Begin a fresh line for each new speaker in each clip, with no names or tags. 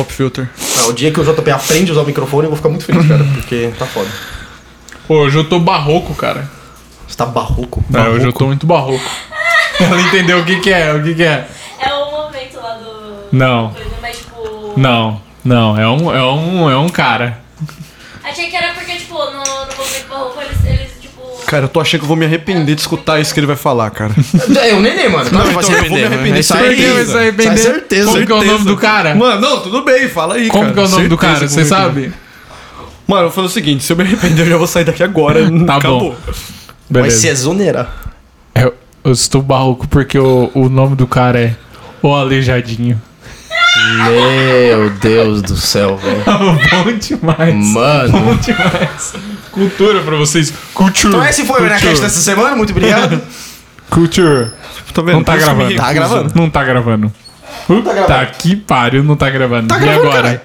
Pop filter.
Ah, o dia que o JP aprende a usar o microfone, eu vou ficar muito feliz, cara, porque tá foda.
Pô, hoje eu tô barroco, cara.
Você tá barroco.
É, hoje eu tô muito barroco. Ela entendeu o que que é, o que que é.
É o momento lá do.
Não.
Coisa, mas tipo.
Não, não, é um, é um, é um cara.
Achei que era porque, tipo, no, no momento barroco eles, eles, tipo.
Cara, eu tô achando que eu vou me arrepender de escutar isso que ele vai falar, cara.
É, o neném, mano. Não,
então, eu vou me
Por
arrepender.
que
é
eu me arrepender?
Sai certeza.
Como que é o
certeza.
nome do cara?
Mano, não, tudo bem, fala aí,
Como
cara.
que é o nome do
Certeza que
cara?
eu vou
Você
me arrepender.
sabe?
Mano, eu vou fazer o seguinte, se eu me arrepender, eu já vou sair daqui agora.
Tá
Acabou.
bom.
Vai
Beleza.
se exonerar.
Eu, É, eu estou barroco porque o, o nome do cara é O Aleijadinho.
Meu Deus do céu, velho.
Bom demais.
Mano.
Bom demais. Hum. Cultura pra vocês. Culture.
Então esse foi o Enacast
culture.
dessa semana, muito obrigado.
culture.
Tá vendo?
Não tá
Por isso que eu
gravando.
me recuso.
Tá gravando?
Não tá gravando. Puta
gravando.
que pariu, não tá gravando.
Tá
e
gravando,
agora?
caralho.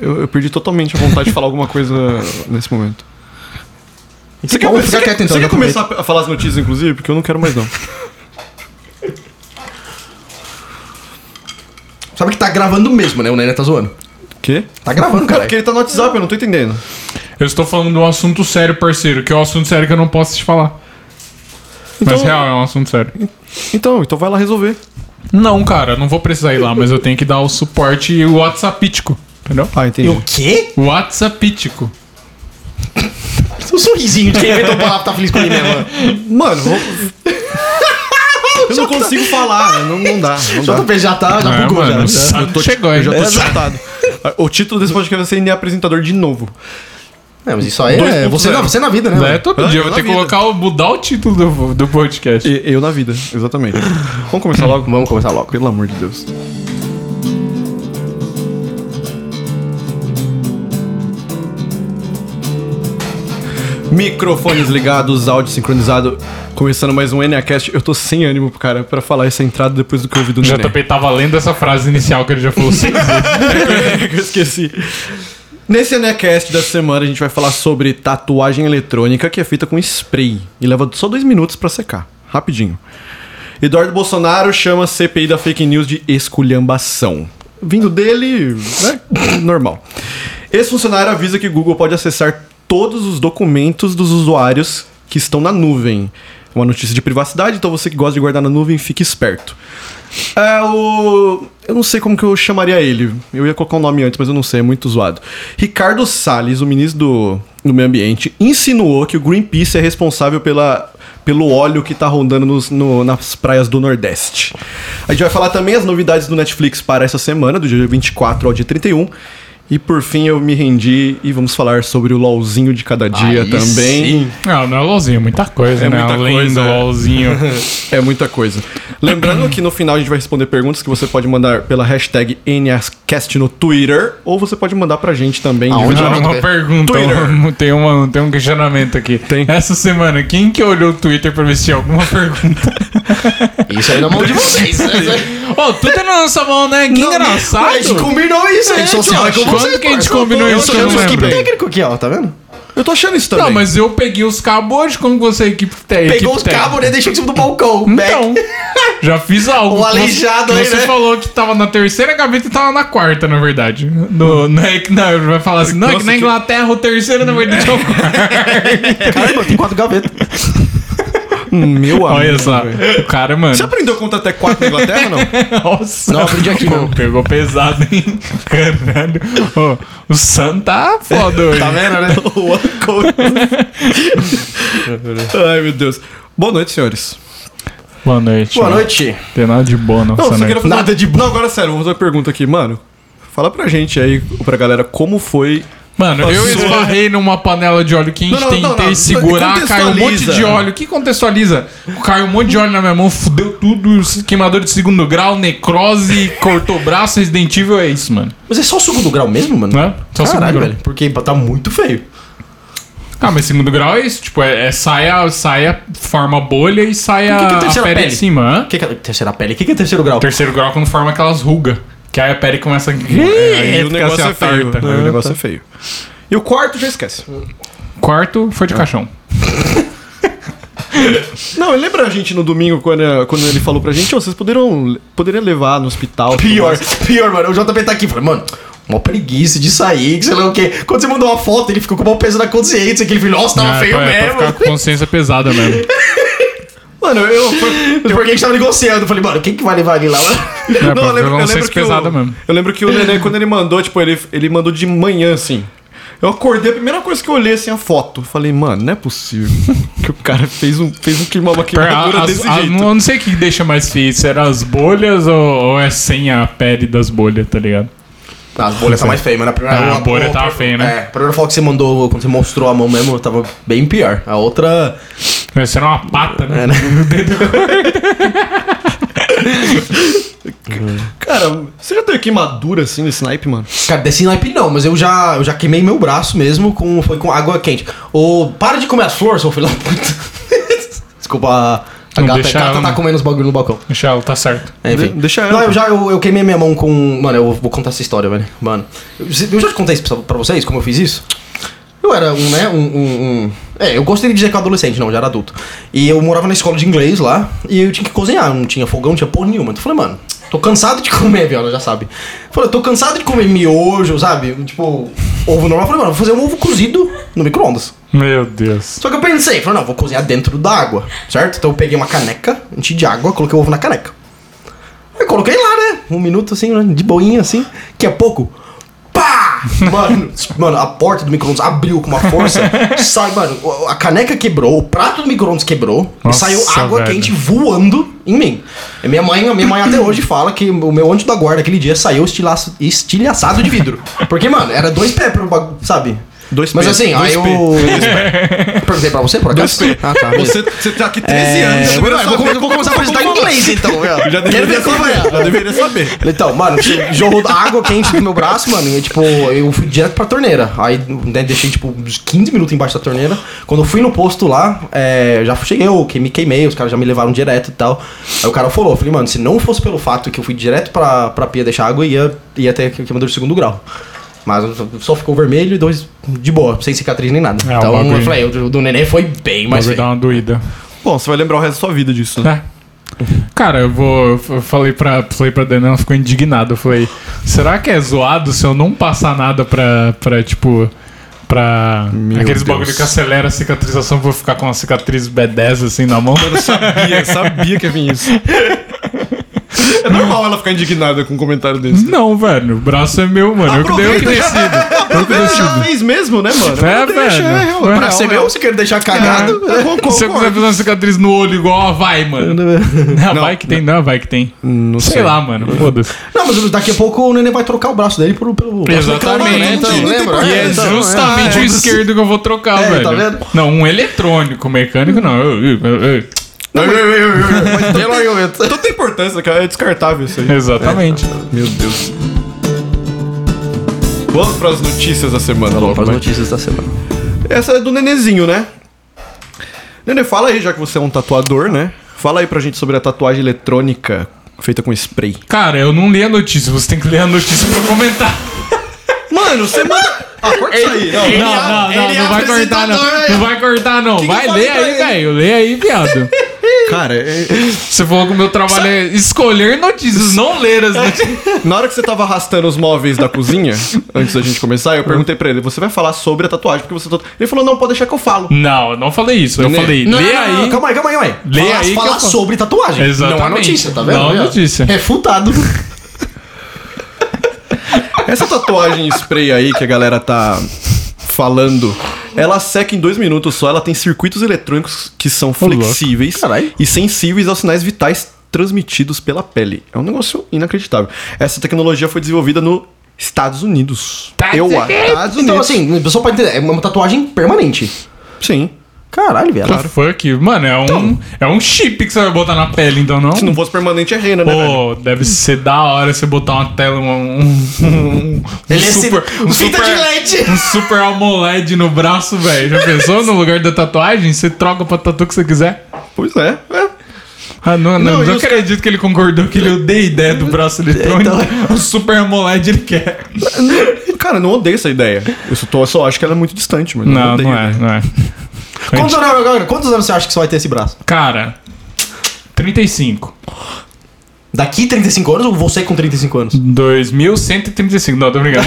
Eu, eu perdi totalmente a vontade de falar alguma coisa nesse momento. Você
Então, fica quieto, então,
você
já
quer começar a falar as notícias, inclusive? Porque eu não quero mais, não.
Sabe que tá gravando mesmo, né? O neném tá zoando.
Quê?
Tá gravando,
Cara,
cara.
porque ele tá no WhatsApp, eu não tô entendendo.
Eu estou falando de um assunto sério, parceiro, que é um assunto sério que eu não posso te falar. Mas
Então-
real, é um assunto sério.
Então, então vai lá resolver.
Não, cara, eu não vou precisar ir lá, mas eu tenho que dar o suporte WhatsAppítico. Entendeu?
Ah, entendi.
quê?
WhatsAppítico.
O Um sorrisinho de quem inventou a palavra tá feliz com ele, né, mano?
Mano, vou... eu não consigo falar, né? não, não dá, não dá.
JP já tá,
É,
já bugou, já.
já.
Eu tô-
É, chegou
Eu
aí.
né? já tô chutado. O título desse podcast vai ser Nem Apresentador de novo.
É, mas isso aí
Dois
é
ponto
você,
zero.
na- você na vida, né?
É,
mano?
todo
Ah,
dia eu
eu
vou
na
ter que
vida.
colocar, o- mudar o título do, do podcast.
E- Eu na vida, exatamente. Vamos começar logo?
Vamos começar logo.
Pelo amor de Deus. Microfones ligados, áudio sincronizado. Começando mais um Enneacast. Eu tô sem ânimo, cara, pra falar essa entrada depois do que eu ouvi do
O
Nené.
JP tava lendo essa frase inicial que ele já falou seis vezes.
eu esqueci. Nesse Enneacast dessa semana, a gente vai falar sobre tatuagem eletrônica que é feita com spray e leva só dois minutos pra secar. Rapidinho. Eduardo Bolsonaro chama a CPI da fake news de esculhambação. Vindo dele, né? Normal. Esse funcionário avisa que Google pode acessar todos os documentos dos usuários que estão na nuvem. Uma notícia de privacidade, então você que gosta de guardar na nuvem, fique esperto. É o. Eu não sei como que eu chamaria ele. Eu ia colocar o nome antes, mas eu não sei, é muito zoado. Ricardo Salles, o ministro do, do Meio Ambiente, insinuou que o Greenpeace é responsável pela, pelo óleo que tá rondando nos, no- nas praias do Nordeste. A gente vai falar também as novidades do Netflix para essa semana, do dia 24 ao dia 31. E por fim eu me rendi e vamos falar sobre o LOLzinho de cada dia
Aí
também.
sim.
Não, não é LOLzinho, é muita coisa,
É
né?
muita
Além
coisa,
do
é.
LOLzinho.
É muita coisa. Lembrando que no final a gente vai responder perguntas que você pode mandar pela hashtag NASCast no Twitter, ou você pode mandar pra gente também.
Aonde?
Não,
individualmente.
uma
Twitter.
pergunta,
Twitter.
tem, uma, tem um questionamento aqui.
Tem.
Essa semana, quem que olhou o Twitter pra ver se tinha alguma pergunta?
Isso aí é na mão de vocês. né?
Ô, tudo é na nossa mão, né? Quem engraçado.
Tá, A gente combinou isso, a gente assim, só se vai com
Quando
vocês,
É, então, que a gente
parça.
combinou
Eu
isso? né,
tô
Eu
vendo
não
sua equipe
lembro.
técnica aqui, ó, tá vendo?
Eu tô achando isso também.
Não, mas eu peguei os cabos hoje, como que você é equipe tem?
Pegou os cabos, né? Deixou em cima do balcão.
Então, já fiz algo.
O aleijado
você,
aí,
Você
né?
falou que tava na terceira gaveta e tava na quarta, na verdade. No, não é que não, vai falar assim, não, é que
Nossa,
na
que-
Inglaterra o terceiro na verdade é o quarto.
Back. Caramba, tem quatro gavetas.
Meu amor.
Olha só,
velho.
o cara, mano.
Você aprendeu a contar até 4 na Inglaterra, não?
Nossa,
Não, aprendi aqui,
Pô,
não.
Pegou pesado, hein? Caralho. Ô, o Sam tá foda hoje.
Tá vendo, né?
O uncle. Ai, meu Deus. Boa noite, senhores.
Boa noite.
Boa
mano.
noite.
Tem nada de boa, não. né? essa
Não, só
noite.
queria fazer...
Nada de
Não, agora é sério, vou fazer uma pergunta aqui, mano. Fala pra gente aí, pra galera, como foi...
Mano, eu
Passou.
esbarrei numa panela de óleo quente,
Não, não,
tentei
não, não.
segurar, caiu um monte de
Contextualiza.
óleo. Que contextualiza? Caiu um monte de óleo na minha mão, fudeu tudo, queimador de segundo grau, necrose, cortou o braço, Resident Evil, é isso, mano.
Mas é só o segundo grau mesmo, mano?
Né? Só segundo
Caralho,
grau.
velho. Porque tá muito feio.
Ah, mas segundo grau é isso, tipo, é, é saia, saia, forma bolha e saia
que que é
a
terceira
pele de
pele?
cima, hã?
O que, que é terceira pele? O que, que é terceiro grau?
Terceiro grau quando forma aquelas rugas. Que aí a pele começa a.
Aí
Aí assim,
o negócio é feio.
torta.
Aí o negócio é feio. E o quarto já esquece.
Quarto foi de caixão.
Não, lembra a gente no domingo quando, quando ele falou pra gente, "Ô, vocês poderiam, poderiam levar no hospital? tudo
Pior,
mais?"
pior, mano. O JP tá aqui. Falei, mano, uma preguiça de sair, que sei lá o quê. Quando você mandou uma foto, ele ficou com o maior peso na consciência. Que ele falou, nossa, tava
Ah, é
feio
pra, é pra
mesmo.
ficar com consciência pesada mesmo.
Mano, eu... foi-
Porque a gente tava negociando. Eu falei, mano, quem que vai levar ele lá? mano?
É, pra
eu
ficar
lembro,
com
eu lembro
consciência
que o,
pesada mesmo.
eu lembro que o Nenê, quando ele mandou, tipo, ele, ele mandou de manhã, assim. Eu acordei, a primeira coisa que eu olhei, assim, a foto. Eu Falei, mano, não é possível que o cara fez, um, fez um queimar uma queimadura
As-
desse
as-
jeito.
não- eu não sei o que deixa mais feio, se era as bolhas ou, ou é sem a pele das bolhas, tá ligado?
Ah, as bolhas tá mais feia, mano. A, primeira,
Ah, a bolha tava feia, né?
É, a primeira foto que você mandou, quando você mostrou a mão mesmo, tava bem pior. A outra.
Mas era uma pata, né?
É, né?
Cara, você já teve queimadura, assim, nesse naipe, mano?
Cara, desse naipe não, mas eu já, eu já queimei meu braço mesmo com, foi com água quente. Ô, para de comer as flores, seu filho da puta. Desculpa, a, a
Não
gata,
deixa
gata
ela,
tá
né?
comendo os bagulho no balcão.
Michel, tá certo.
Enfim.
De- deixa ela,
Não, eu
pô.
já eu, eu queimei minha mão com. Mano, eu vou contar essa história, velho. Mano, eu, eu já te contei isso pra- pra vocês, como eu fiz isso? Eu era um, né? Um, um- um- É, eu gostaria de dizer que eu era adolescente, não, eu já era adulto. E eu morava na escola de inglês lá, e eu tinha que cozinhar, não tinha fogão, não tinha porra nenhuma. Então eu falei, mano, tô cansado de comer, Viola, já sabe. Eu falei, tô cansado de comer miojo, sabe? Tipo, ovo normal. Eu falei, mano, vou fazer um ovo cozido no micro-ondas.
Meu Deus.
Só que eu pensei, falei, não, vou cozinhar dentro da água, certo? Então eu peguei uma caneca, enchi de água, coloquei o ovo na caneca. Aí coloquei lá, né? Um minuto assim, né? de boinha assim, que é pouco. Pá! Mano, mano, a porta do micro-ondas abriu com uma força. Sai, mano, o- a caneca quebrou, o prato do micro-ondas quebrou
Nossa,
e saiu água
velho.
quente voando em mim. E minha mãe, a minha mãe até hoje fala que o meu anjo da guarda aquele dia saiu estilhaço- estilhaçado de vidro. Porque, mano, era dois pés pro bagulho, sabe?
Dois
Mas
pés,
assim,
dois
aí eu.
pés.
Perguntei pra você, por acaso? Ah, tá. beleza.
Você, você tá aqui 13
É,
anos.
eu
já
vou,
deveria
eu vou-
saber
eu vou começar a apresentar em inglês, então. velho. Quero
Já deveria
ver como
saber. Já
é.
deveria saber.
Então, mano, jorrou água quente no meu braço, mano. E, tipo, eu fui direto pra torneira. Aí né, deixei, tipo, uns 15 minutos embaixo da torneira. Quando eu fui no posto lá, é, já cheguei, eu que me queimei, os caras já me levaram direto e tal. Aí o cara falou, eu falei, mano, se não fosse pelo fato que eu fui direto pra, pra pia deixar água, ia, ia ter queimadura de segundo grau. Mas só ficou vermelho e dois de boa, sem cicatriz nem nada.
É, o
então, eu
bagulho-
falei, o do neném foi bem
Mas
mais
vai
feio.
dar uma doída.
Bom, você vai lembrar o resto da sua vida disso, né?
Né? Cara, eu vou. Eu f- falei pra, falei pra Dani, ela ficou indignada. Eu falei, será que é zoado se eu não passar nada pra, pra tipo. Pra.
Meu
aqueles
Deus.
bagulho que acelera a cicatrização, vou ficar com uma cicatriz B10 assim na mão?
Eu sabia, sabia que ia vir isso. É normal ela ficar indignada com um comentário desse.
Não, velho. O braço é meu, mano. Eu que dei eu que
Aproveita.
decido. Eu que
Ele já
decido.
fez mesmo, né, mano?
É, velho.
Deixa, é, real, é
É.
Pra
real,
ser
é
meu,
real. É,
você quer deixar cagado?
Eu concordo.
Se você quiser fazer uma cicatriz no olho igual a vai, mano. Não, vai que tem, não, vai que tem. Não sei, lá, mano. Foda-se.
Não, mas daqui a pouco o neném vai trocar o braço dele pelo. pelo braço do cara,
Exatamente.
né? Então,
E
lembra?
E é
então,
justamente
é.
o esquerdo que eu vou trocar,
É,
velho.
tá vendo?
Não, um eletrônico, mecânico, não. Eu- eu- eu- eu-
Mas pelo argumento.
Então tem importância, cara. É descartável isso aí.
Exatamente.
Meu Deus. Vamos pras notícias da semana logo.
As
vai.
notícias da semana.
Essa é do Nenezinho, né? Nenê, fala aí, já que você é um tatuador, né? Fala aí pra gente sobre a tatuagem eletrônica feita com spray.
Cara, eu não li a notícia, você tem que ler a notícia pra comentar.
Mano, você manda. Ah, corta isso aí.
é
Não,
Não, não, não, não vai cortar, não. Não vai cortar, não. Vai
eu
ler
falei
aí,
pra ele?
velho. Lê aí, viado.
Cara, é- é-
Você falou que o meu trabalho é escolher notícias, não ler as notícias.
na hora que você tava arrastando os móveis da cozinha, antes da gente começar, eu perguntei pra ele: você vai falar sobre a tatuagem? Porque você. tatu-" Ele falou: não, pode deixar que eu falo.
Não, eu não falei isso. Eu
Lê.
falei, lê
não,
aí.
Ah, Calma aí, calma aí, calma aí.
Lê aí que
falar
eu falo.
sobre tatuagem. Não é
Exatamente.
notícia, tá vendo?
Não é
Olha,
notícia.
Refutado.
Essa tatuagem em spray aí que a galera tá falando, ela seca em dois minutos só, ela tem circuitos eletrônicos que são flexíveis
Caralho.
e sensíveis aos sinais vitais transmitidos pela pele. É um negócio inacreditável. Essa tecnologia foi desenvolvida nos Estados Unidos. Eu acho. Estados Unidos.
então, assim, só pra entender, é uma tatuagem permanente.
Sim.
Caralho, velho.
What the fuck? Mano, é um,
Então.
é um chip que você vai botar na pele, então não?
Se não fosse permanente, é reina, né, velho?
Pô, deve ser da hora você botar uma tela, um. um, um, um
Ele é esse- um fita de LED.
Um super AMOLED no braço, velho. Já pensou no lugar da tatuagem? Você troca pra tatu que você quiser.
Pois é. é.
Ah, não, não, não,
Não, e os
acredito que ele concordou que ele odeia a ideia do braço eletrônico. O
Então-
super AMOLED ele quer.
Cara, eu não odeio essa ideia. Eu só, tô- eu só acho que ela é muito distante, mas eu
né?
Não,
odeio.
não é, não é.
Quantos, anos, quantos anos você acha que você vai ter esse braço?
Cara, 35.
Daqui 35 anos ou você com 35 anos?
2135. Não, tô brincando.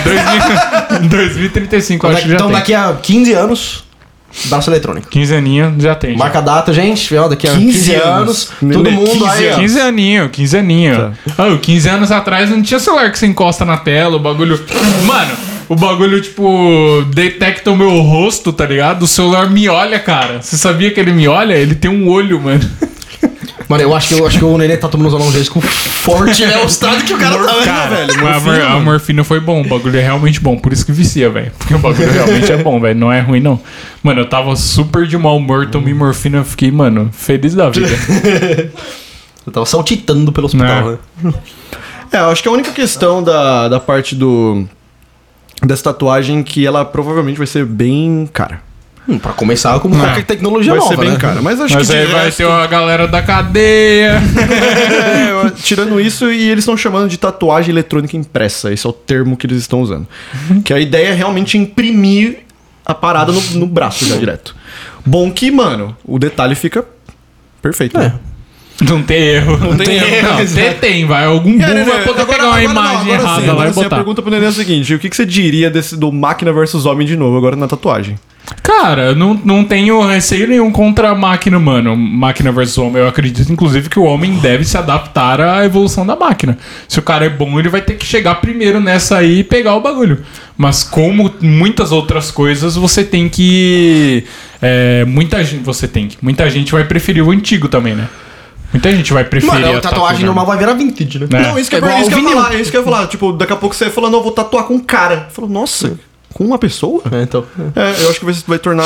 2000, 2035, acho
Daqui-
que já
então,
tem.
daqui a 15 anos, braço eletrônico.
Quinzeninho já tem.
Marca a data, gente. ó, Daqui a 15,
15
anos,
anos.
todo mundo
15
aí. ó.
anos.
15 aninho, 15 aninho.
Tá.
Ah, o 15 anos atrás não tinha celular que você encosta na tela, o bagulho. Mano, o bagulho, tipo, detecta o meu rosto, tá ligado? O celular me olha, cara. Você sabia que ele me olha? Ele tem um olho, mano.
Mano, eu acho que, eu acho que o Nenê tá tomando os analgésicos forte, né? O estado que o cara tá
Cara,
Mas a, mor- a morfina foi bom, o bagulho é realmente bom, por isso que vicia, velho. Porque o bagulho realmente é bom, velho. Não é ruim, não. Mano, eu tava super de mau humor, tomei morfina, eu fiquei, mano, feliz da vida.
Eu tava saltitando pelo
Né?
hospital, né?
É, eu acho que a única questão da, da parte do. dessa tatuagem é que ela provavelmente vai ser bem cara.
Hum, pra começar, como
Né?
qualquer tecnologia
vai
nova,
ser bem
né?
cara. Mas acho
Mas
que. de
aí vai
resto-
ter a galera da cadeia.
É, eu- tirando isso, e eles estão chamando de tatuagem eletrônica impressa. Esse é o termo que eles estão usando. Que a ideia é realmente imprimir a parada no, no braço já direto. Bom que, mano, o detalhe fica perfeito.
É.
né?
Não tem erro. Não
tem erro.
Não, tem, tem, vai. Algum burro vai poder pegar uma imagem
agora
errada
sim,
lá
agora
e
sim, a
botar.
pergunta pro Nenê é a seguinte: o que, que você diria desse, do máquina versus homem de novo, agora na tatuagem?
Cara, não, não tenho receio nenhum contra a máquina, mano. Máquina versus homem. Eu acredito, inclusive, que o homem deve se adaptar à evolução da máquina. Se o cara é bom, ele vai ter que chegar primeiro nessa aí e pegar o bagulho. Mas como muitas outras coisas, você tem que. é, muita gente. Você tem que. Muita gente vai preferir o antigo também, né? Muita gente vai preferir.
Mano,
a
a tatuagem normal vai virar vintage, né?
É.
Não, isso que,
É
é
tá igual
isso que eu ia
vinil.
falar, isso que eu ia falar. Tipo, daqui a pouco você fala, não, eu vou tatuar com um cara. Eu falo, nossa, com uma pessoa?
É, então.
É, eu acho que vai, vai tornar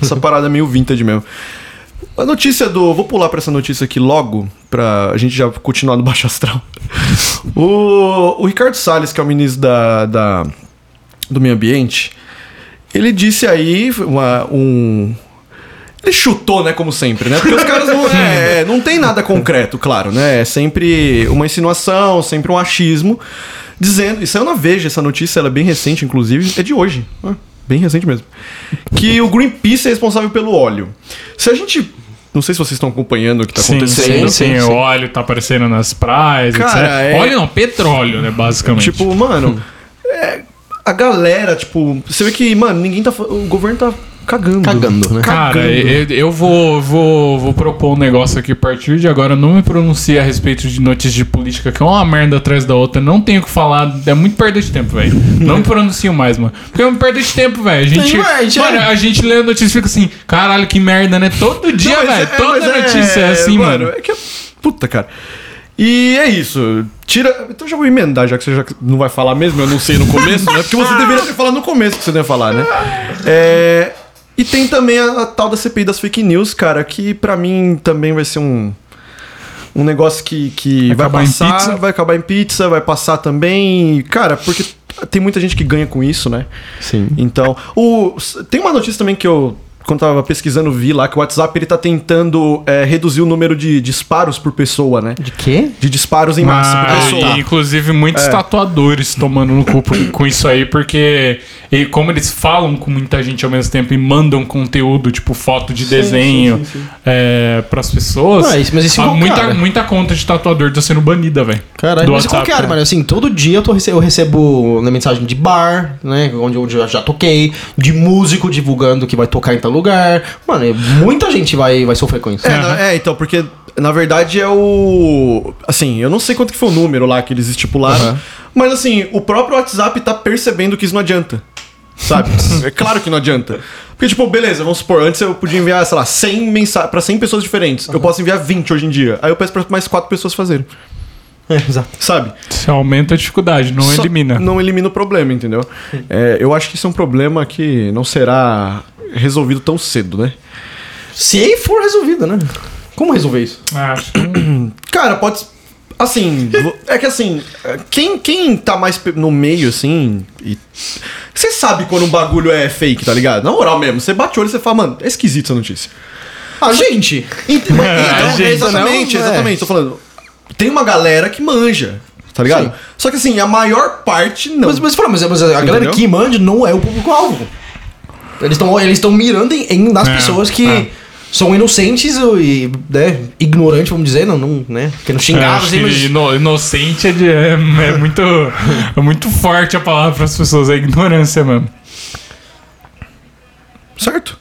essa parada meio vintage mesmo. A notícia do. Vou pular pra essa notícia aqui logo, pra a gente já continuar no Baixo Astral. O, o Ricardo Salles, que é o ministro da, da- do Meio Ambiente, ele disse aí uma- um. Ele chutou, né, como sempre, né? Porque os caras não, é, é, não tem nada concreto, claro, né? É sempre uma insinuação, sempre um achismo. Dizendo, isso eu não vejo essa notícia, ela é bem recente, inclusive, é de hoje. né? Bem recente mesmo. Que o Greenpeace é responsável pelo óleo. Se a gente. Não sei se vocês estão acompanhando o que tá
Sim, sim,
acontecendo.
sim,
sim, sim.
O óleo tá aparecendo nas praias,
Cara,
etc.
é-
Óleo não, petróleo, né, basicamente.
Tipo, mano, é, a galera, tipo, você vê que, mano, ninguém tá. fa- O governo tá cagando.
Cagando, né?
Cara, é, eu, eu vou, vou, vou propor um negócio aqui a partir de agora. Não me pronuncie a respeito de notícias de política, que é uma merda atrás da outra. Não tenho o que falar. É muito perda de tempo, velho. Não me pronuncio mais, mano. Porque é uma perda de tempo, velho. A gente.
Tem, vai, já.
Mano, a gente lê a notícia e fica assim, caralho, que merda, né? Todo dia,
é. Não, mas
velho.
é-
toda
mas
notícia é assim, mano.
É que é... Puta, cara. E é isso. Tira. Então já vou emendar, já que você já não vai falar mesmo, eu não sei no começo, né? Porque você deveria ter falado no começo que você não ia falar, né? É. E tem também a, a tal da CPI das fake news, cara, que pra mim também vai ser um. Um negócio que, que
Vai
vai
acabar em
passar,
pizza?
vai acabar em pizza, vai passar também. Cara, porque tem muita gente que ganha com isso, né?
Sim.
Então, o, s- tem uma notícia também que eu, quando tava pesquisando, vi lá que o WhatsApp ele tá tentando é, reduzir o número de disparos por pessoa, né?
De quê?
De disparos em massa por
Ah,
pessoa.
e, inclusive
É.
muitos tatuadores tomando no cu por- com isso aí, porque e como eles falam com muita gente ao mesmo tempo e mandam conteúdo, tipo foto de desenho é, pras pessoas,
Ah, isso- mas isso em
ah,
qualquer
muita,
área.
muita conta de tatuador tá sendo banida, velho.
Caralho,
Do
mas
WhatsApp,
qualquer área,
né?
mano. Assim, todo dia eu, tô rece- eu recebo né, mensagem de bar, né? Onde, onde eu já toquei, de músico divulgando que vai tocar em tal lugar. Mano, muita gente vai, vai sofrer com isso.
É, na- é, então, porque na verdade é o. Assim, eu não sei quanto que foi o número lá que eles estipularam,
Aham.
mas assim, o próprio WhatsApp tá percebendo que isso não adianta. Sabe? é claro que não adianta. Porque, tipo, beleza, vamos supor, antes eu podia enviar, sei lá, 100 mensagens pra 100 pessoas diferentes. Eu posso enviar 20 hoje em dia. Aí eu peço pra mais 4 pessoas fazerem.
É, exato.
Sabe?
Isso né? aumenta a dificuldade, não
Só-
elimina.
Não elimina o problema, entendeu? É, eu acho que isso é um problema que não será resolvido tão cedo, né?
Se for resolvido, né? Como resolver isso?
Ah, acho que não-
Cara, pode. Assim, vo- é que assim, é, quem, quem tá mais pe- no meio, assim, e. Você sabe quando um bagulho é fake, tá ligado? Na moral mesmo, você bate o olho e você fala, mano, é esquisita essa notícia.
A gente!
Ent- mas- então,
gente,
exatamente,
É, não, é.
exatamente. Tô falando. Tem uma galera que manja, tá ligado?
Sim.
Só que assim, a maior parte não.
Então.
Mas, mas, fala, mas, mas a galera
Entendeu?
que mande não é o público-alvo. Eles estão eles tão mirando em, em- nas
É,
pessoas que
é.
são inocentes e né, ignorantes, vamos dizer, não, não, né? Que não
Eu
xingaram,
acho
assim,
que
mas.
ino- inocente é, de- é- é muito, é muito forte a palavra para as pessoas, é ignorância mesmo.
Certo?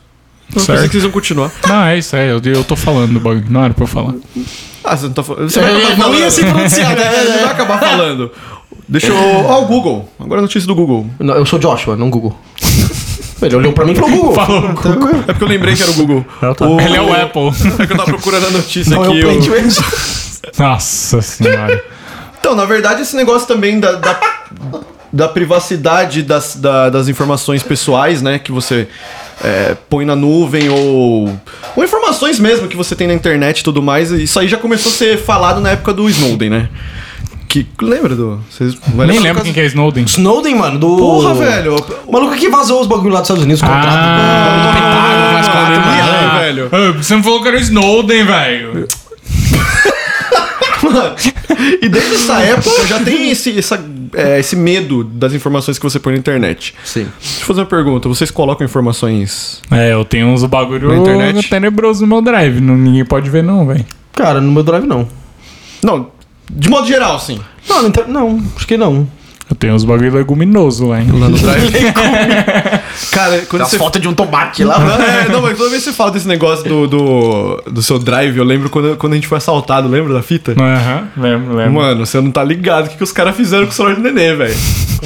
Não
Certo.
pensei que vocês iam continuar.
Não, é isso aí, eu, eu tô falando do bagulho, não era pra eu falar.
Ah, você não tá falando. Você vai
Eu
acabar
não
falando. É,
ia se pronunciar, né?
Você vai acabar falando. Deixa eu. Ó, o Google. Agora a notícia do Google.
Não, eu sou Joshua, não Google. Ele olhou pra mim e falou Google.
Falou,
É porque eu lembrei que era o Google. O-
ele é o Apple.
É que eu tava procurando a notícia
Não, é
aqui.
eu
o-
plantio ele.
Nossa senhora.
Então, na verdade, esse negócio também da, da, da privacidade das, da- das informações pessoais, né? Que você é, põe na nuvem ou. Ou informações mesmo que você tem na internet e tudo mais. Isso aí já começou a ser falado na época do Snowden, né? Que, lembra do. Vocês vai
Nem
lembrar do
lembro
caso-
quem que é Snowden.
Snowden, mano, do.
Porra, velho.
O maluco que vazou os bagulho lá dos Estados Unidos, o contrato.
Ah,
Pentágono,
ah,
Vasco,
ah,
velho.
ah, Você não falou que era o Snowden, velho.
E desde essa época já tem esse, essa- é, esse medo das informações que você põe na internet.
Sim.
Deixa eu fazer uma pergunta. Vocês colocam informações.
É, eu tenho uns bagulho
Na internet?
tenebroso no meu drive, não- ninguém pode ver não, velho.
Cara, no meu drive não.
Não, de modo geral, sim.
Não, não, inter- não acho que não.
Eu tenho uns bagulho leguminoso lá, hein.
Cara, quando você.
de um tomate lá.
Não, é, não, mas toda vez que você fala desse negócio do, do, do seu drive, eu lembro quando, quando a gente foi assaltado, lembra da fita?
Aham, lembro, lembro.
Mano, você não tá ligado o que, que os caras fizeram com o celular do nenê, velho.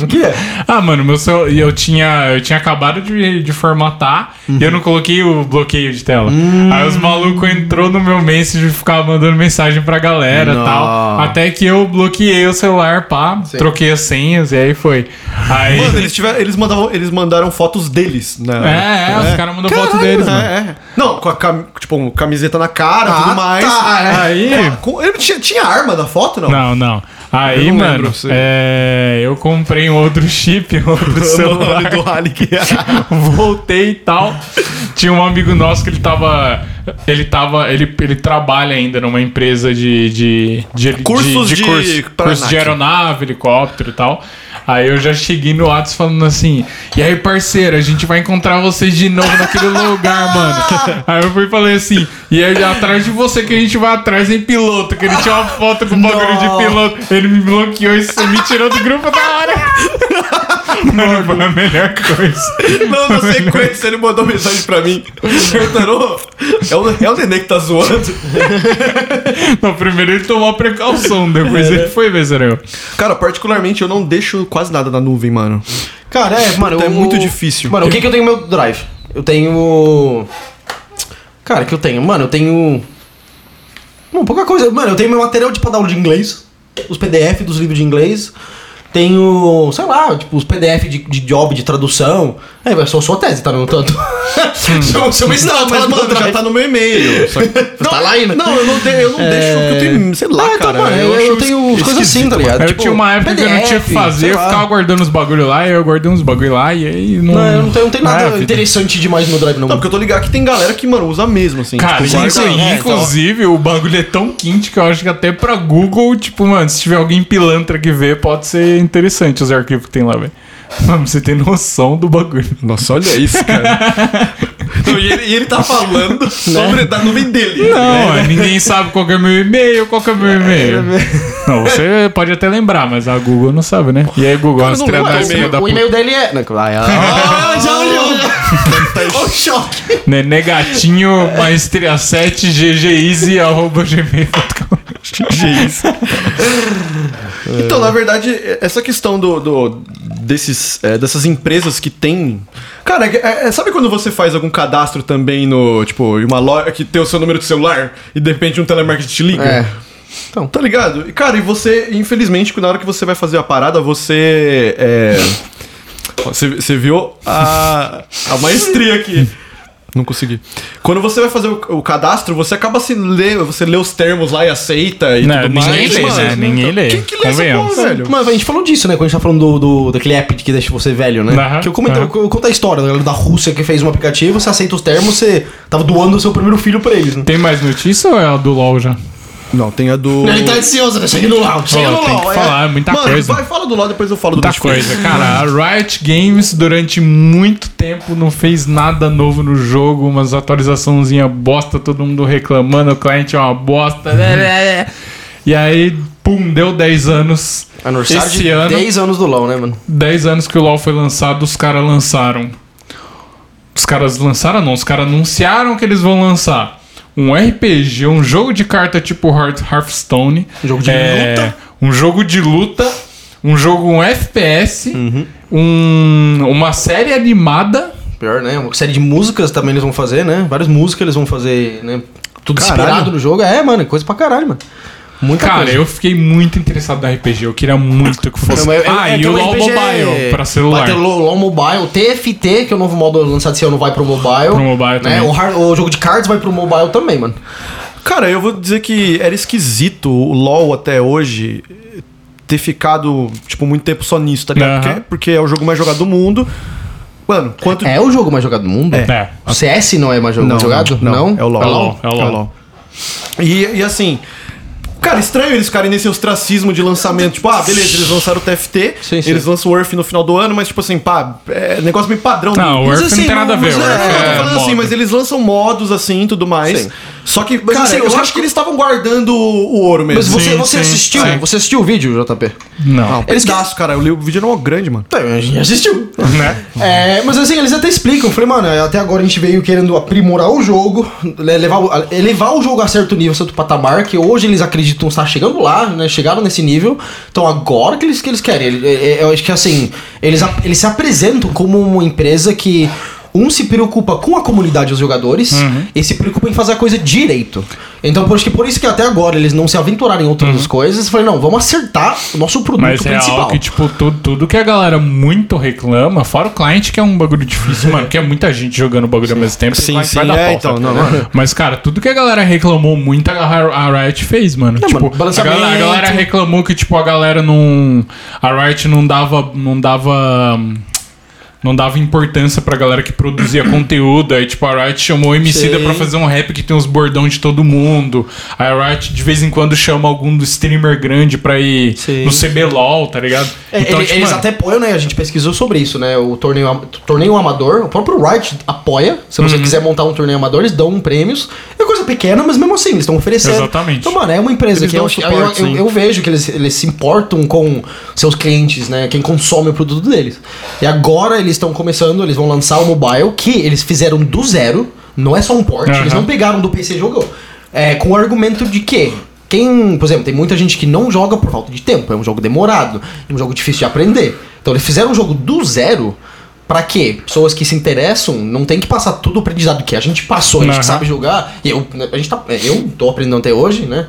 O que é?
Ah, mano, meu celular, eu tinha, eu tinha acabado de, de formatar e eu não coloquei o bloqueio de tela.
Hum.
Aí os malucos entrou no meu message e ficava mandando mensagem pra galera e
Não.
tal. Até que eu bloqueei o celular, pá, troquei as senhas e aí foi. Aí.
Mano, eles, tiveram, eles, mandavam, eles mandaram fotos deles,
é,
né?
é, os caras mandam foto deles, mano.
É, é. Não, com a cam- tipo, um, camiseta na cara e
Ah,
tudo mais.
tá, é.
Aí. Com- ele tinha, tinha arma na foto, não?
Não, não. Aí,
Eu não lembro,
mano,
sei.
é, eu comprei um outro chip, um outro celular.
do Halik.
voltei e tal. Tinha um amigo nosso que ele tava. Ele tava. Ele, ele trabalha ainda numa empresa de. de, de
Cursos de-
curso,
pra
curso de
NAC.
aeronave, helicóptero e tal. Aí eu já cheguei no Whats falando assim, e aí, parceiro, a gente vai encontrar vocês de novo naquele lugar, mano. Aí eu fui e falei assim, e aí atrás de você que a gente vai atrás em piloto, que ele tinha uma foto com o bagulho de piloto. Ele me bloqueou e se- me tirou do grupo da hora. Mano, foi a melhor coisa.
Não, na sequência ele mandou mensagem pra mim. Perguntaram, é o, é o nenê que tá zoando.
Não, primeiro ele tomou a precaução,
É.
depois ele foi ver se era eu.
Cara, particularmente eu não deixo quase nada na nuvem, mano.
Cara, é, mano.
Puta, é
eu-
muito difícil.
Mano, o que, que eu tenho no meu drive? Eu tenho. Cara, o que eu tenho? Mano, eu tenho. Não, pouca coisa. Mano, eu tenho meu material de pra dar aula de inglês. Os PDF dos livros de inglês. Tenho, sei lá, tipo, os PDF de, de job, de tradução. É, mas só sua tese, tá? Não tanto. Só- só- mas não, mas, mano, já tá
no meu e-mail. Só que-
Tá lá ainda?
Não, eu não, de- eu não deixo, porque eu tenho, sei lá,
É. Ah, então,
cara.
mano, eu, eu
acho
tenho
es-
coisas assim,
esquisito,
tá ligado?
eu tinha uma época que eu não tinha o que fazer,
sei
eu
lá.
ficava guardando os bagulho lá, e eu guardei uns bagulho lá, e aí não.
Não, eu não tenho, não tenho
Ah,
nada
filho.
interessante demais no drive, não.
Não, porque eu tô ligado que tem galera que, mano, usa mesmo, assim.
Cara,
tipo, guarda-
isso,
guarda- é,
inclusive, o bagulho é tão quente que eu acho que até pra Google, tipo, mano, se tiver alguém pilantra que vê, pode ser interessante os arquivos que tem lá, velho. Mano, você tem noção do bagulho.
Nossa, olha isso, cara. Não, e, ele, e ele tá
Né?
falando sobre da nuvem dele.
Não, é, ninguém sabe qual que é meu e-mail, qual que é meu e-mail.
é.
Não, você pode até lembrar, mas a Google não sabe, né? E aí, Google, as
não
três
lembro
da
o
cima da
é assim. O tá
puta.
e-mail dele é. Não, ah,
Ah, já olhou. Olha o choque.
Nenê Gatinho, maestria 7, ggeasy, arroba gmail.com.
Então, na verdade, essa questão do, do- desses, é, dessas empresas que tem. Cara, é- é- sabe quando você faz algum cadastro também no. Tipo, em uma loja que tem o seu número de celular e de repente um telemarketing te liga?
É.
Então. Tá ligado? E, cara, e você, infelizmente, na hora que você vai fazer a parada, você. É. Você, você viu a, a maestria aqui. Não consegui. Quando você vai fazer o, o cadastro, você acaba se lê, você lê os termos lá e aceita e
Não,
tudo mais.
ninguém lê,
mano.
né? Ninguém lê.
Quem que lê essa
Convenhamos.
porra, velho?
Mas a gente falou disso, né? Quando a gente tá falando do, do- daquele app que deixa você velho, né?
Aham,
que eu comentei,
aham.
eu, eu conto a história da galera da Rússia que fez um aplicativo, você aceita os termos, você tava doando o seu primeiro filho pra eles, né?
Tem mais notícia ou é a do LOL já?
Não, tem a do.
Ele tá ansioso, né? Chega no LOL. Chega no
Pô, tem
LOL.
que
é.
falar, é muita
Mano,
coisa.
vai, tipo, fala do LOL, depois eu falo do
Muita
Netflix.
coisa, cara. A Riot Games durante muito tempo não fez nada novo no jogo, umas atualizaçãozinha bosta, todo mundo reclamando, o cliente é uma bosta.
Uhum.
e aí, pum, deu 10 anos.
Aniversário
Esse
de
ano,
10 anos do LOL, né, mano?
10 anos que o LoL foi lançado, os caras lançaram. Os caras lançaram não, os caras anunciaram que eles vão lançar um RPG, um jogo de carta tipo Heart- Hearthstone.
Um jogo de luta.
Um jogo de luta, um jogo, um FPS, um- uma série animada.
Pior, né? Uma série de músicas também eles vão fazer, né? Várias músicas eles vão fazer, né? Tudo
Caralho.
inspirado no jogo. É, mano, coisa pra caralho, mano. Muita
Cara,
coisa.
eu fiquei muito interessado no RPG, eu queria muito que fosse.
Não, mas é-
ah,
é
e
que
o
o
LoL
RPG
Mobile pra celular.
Vai ter LOL, LOL Mobile, TFT, que é o novo modo lançado esse ano, vai pro mobile. né?
Pro mobile também.
O, hard- o jogo de cards vai pro mobile também, mano.
Cara, eu vou dizer que era esquisito o LoL até hoje ter ficado, tipo, muito tempo só nisso, tá ligado?
Aham.
Porque, porque é o jogo mais jogado do mundo. Mano, quanto.
É o jogo mais jogado do mundo?
É.
O CS não é mais jogo
Não,
jogado?
Não, É o LoL.
É o LoL, é o LoL.
E, e assim. Cara, estranho eles ficarem nesse ostracismo de lançamento. Tipo, ah, beleza, eles lançaram o TFT,
Sim, sim.
eles lançam o Earth no final do ano, mas tipo assim, pá, é negócio meio padrão.
Não, o
Mas,
Earth não tem nada a ver,
mas
o
é,
Earth
eu tô
é
falando assim,
modo.
mas eles lançam modos assim e tudo mais.
Sim.
Só que,
Mas,
cara,
assim,
eu
os-
acho que eles estavam guardando o ouro mesmo.
Mas você,
Sim,
você
sim,
assistiu?
sim.
Você assistiu o vídeo, JP?
Não.
Não,
Eles
pedaço, cara. Eu li o vídeo era um grande, mano.
A gente assistiu.
Né?
É, mas assim, eles até explicam. Eu Falei, mano, é, até agora a gente veio querendo aprimorar o jogo, le- levar, o- elevar o jogo a certo nível, certo patamar, que hoje eles acreditam estar chegando lá, né? Chegaram nesse nível. Então agora que eles, que eles querem. Ele- é- é- Eu acho que assim, eles, a- eles se apresentam como uma empresa que. Um se preocupa com a comunidade dos jogadores
Uhum.
e se preocupa em fazer a coisa direito. Então, por, acho que por isso que até agora eles não se aventuraram em outras coisas. Eu Falei, não, vamos acertar o nosso produto
Uhum. Mas é
principal.
algo que, tipo, tudo, tudo que a galera muito reclama, fora o cliente, que é um bagulho difícil, mano, que é muita gente jogando bagulho ao mesmo tempo.
Sim,
o cliente
sim,
vai dar
é,
pauta.
então, não, não.
Mas, cara, tudo que a galera reclamou muito, a, a- a Riot fez, mano. tipo,
mano,
a,
balanceamento.
galera, a galera reclamou que, tipo, a galera não. A Riot não dava. Não dava. hum, Não dava importância pra galera que produzia conteúdo. Aí, tipo, a Riot chamou o Emicida
Sim.
pra fazer um rap que tem os bordão de todo mundo. A Riot, de vez em quando, chama algum do streamer grande pra ir
Sim.
no CBLOL, tá ligado?
É, ele-
tipo,
eles
mano,
até apoiam, né? A gente pesquisou sobre isso, né? O torneio, am- torneio amador, o próprio Riot apoia. Se
Uhum.
você quiser montar um torneio amador, eles dão prêmios. É coisa pequena, mas mesmo assim, eles estão oferecendo.
Exatamente. um
Então, mano, é uma empresa
Eles
que eu,
dão
acho- eu,
suporte,
eu-
sim.
eu vejo que eles, eles se importam com seus clientes, né? Quem consome o produto deles. E agora eles estão começando, eles vão lançar o mobile, que eles fizeram do zero. Não é só um port, eles
Aham.
não pegaram do PC e jogou. É, com o argumento de que quem, por exemplo, tem muita gente que não joga por falta de tempo, é um jogo demorado, é um jogo difícil de aprender. Então eles fizeram um jogo do zero pra quê? Pessoas que se interessam não tem que passar todo o aprendizado que a gente passou, a gente
Aham.
que sabe jogar. E eu, a gente tá, é, eu tô aprendendo até hoje, né?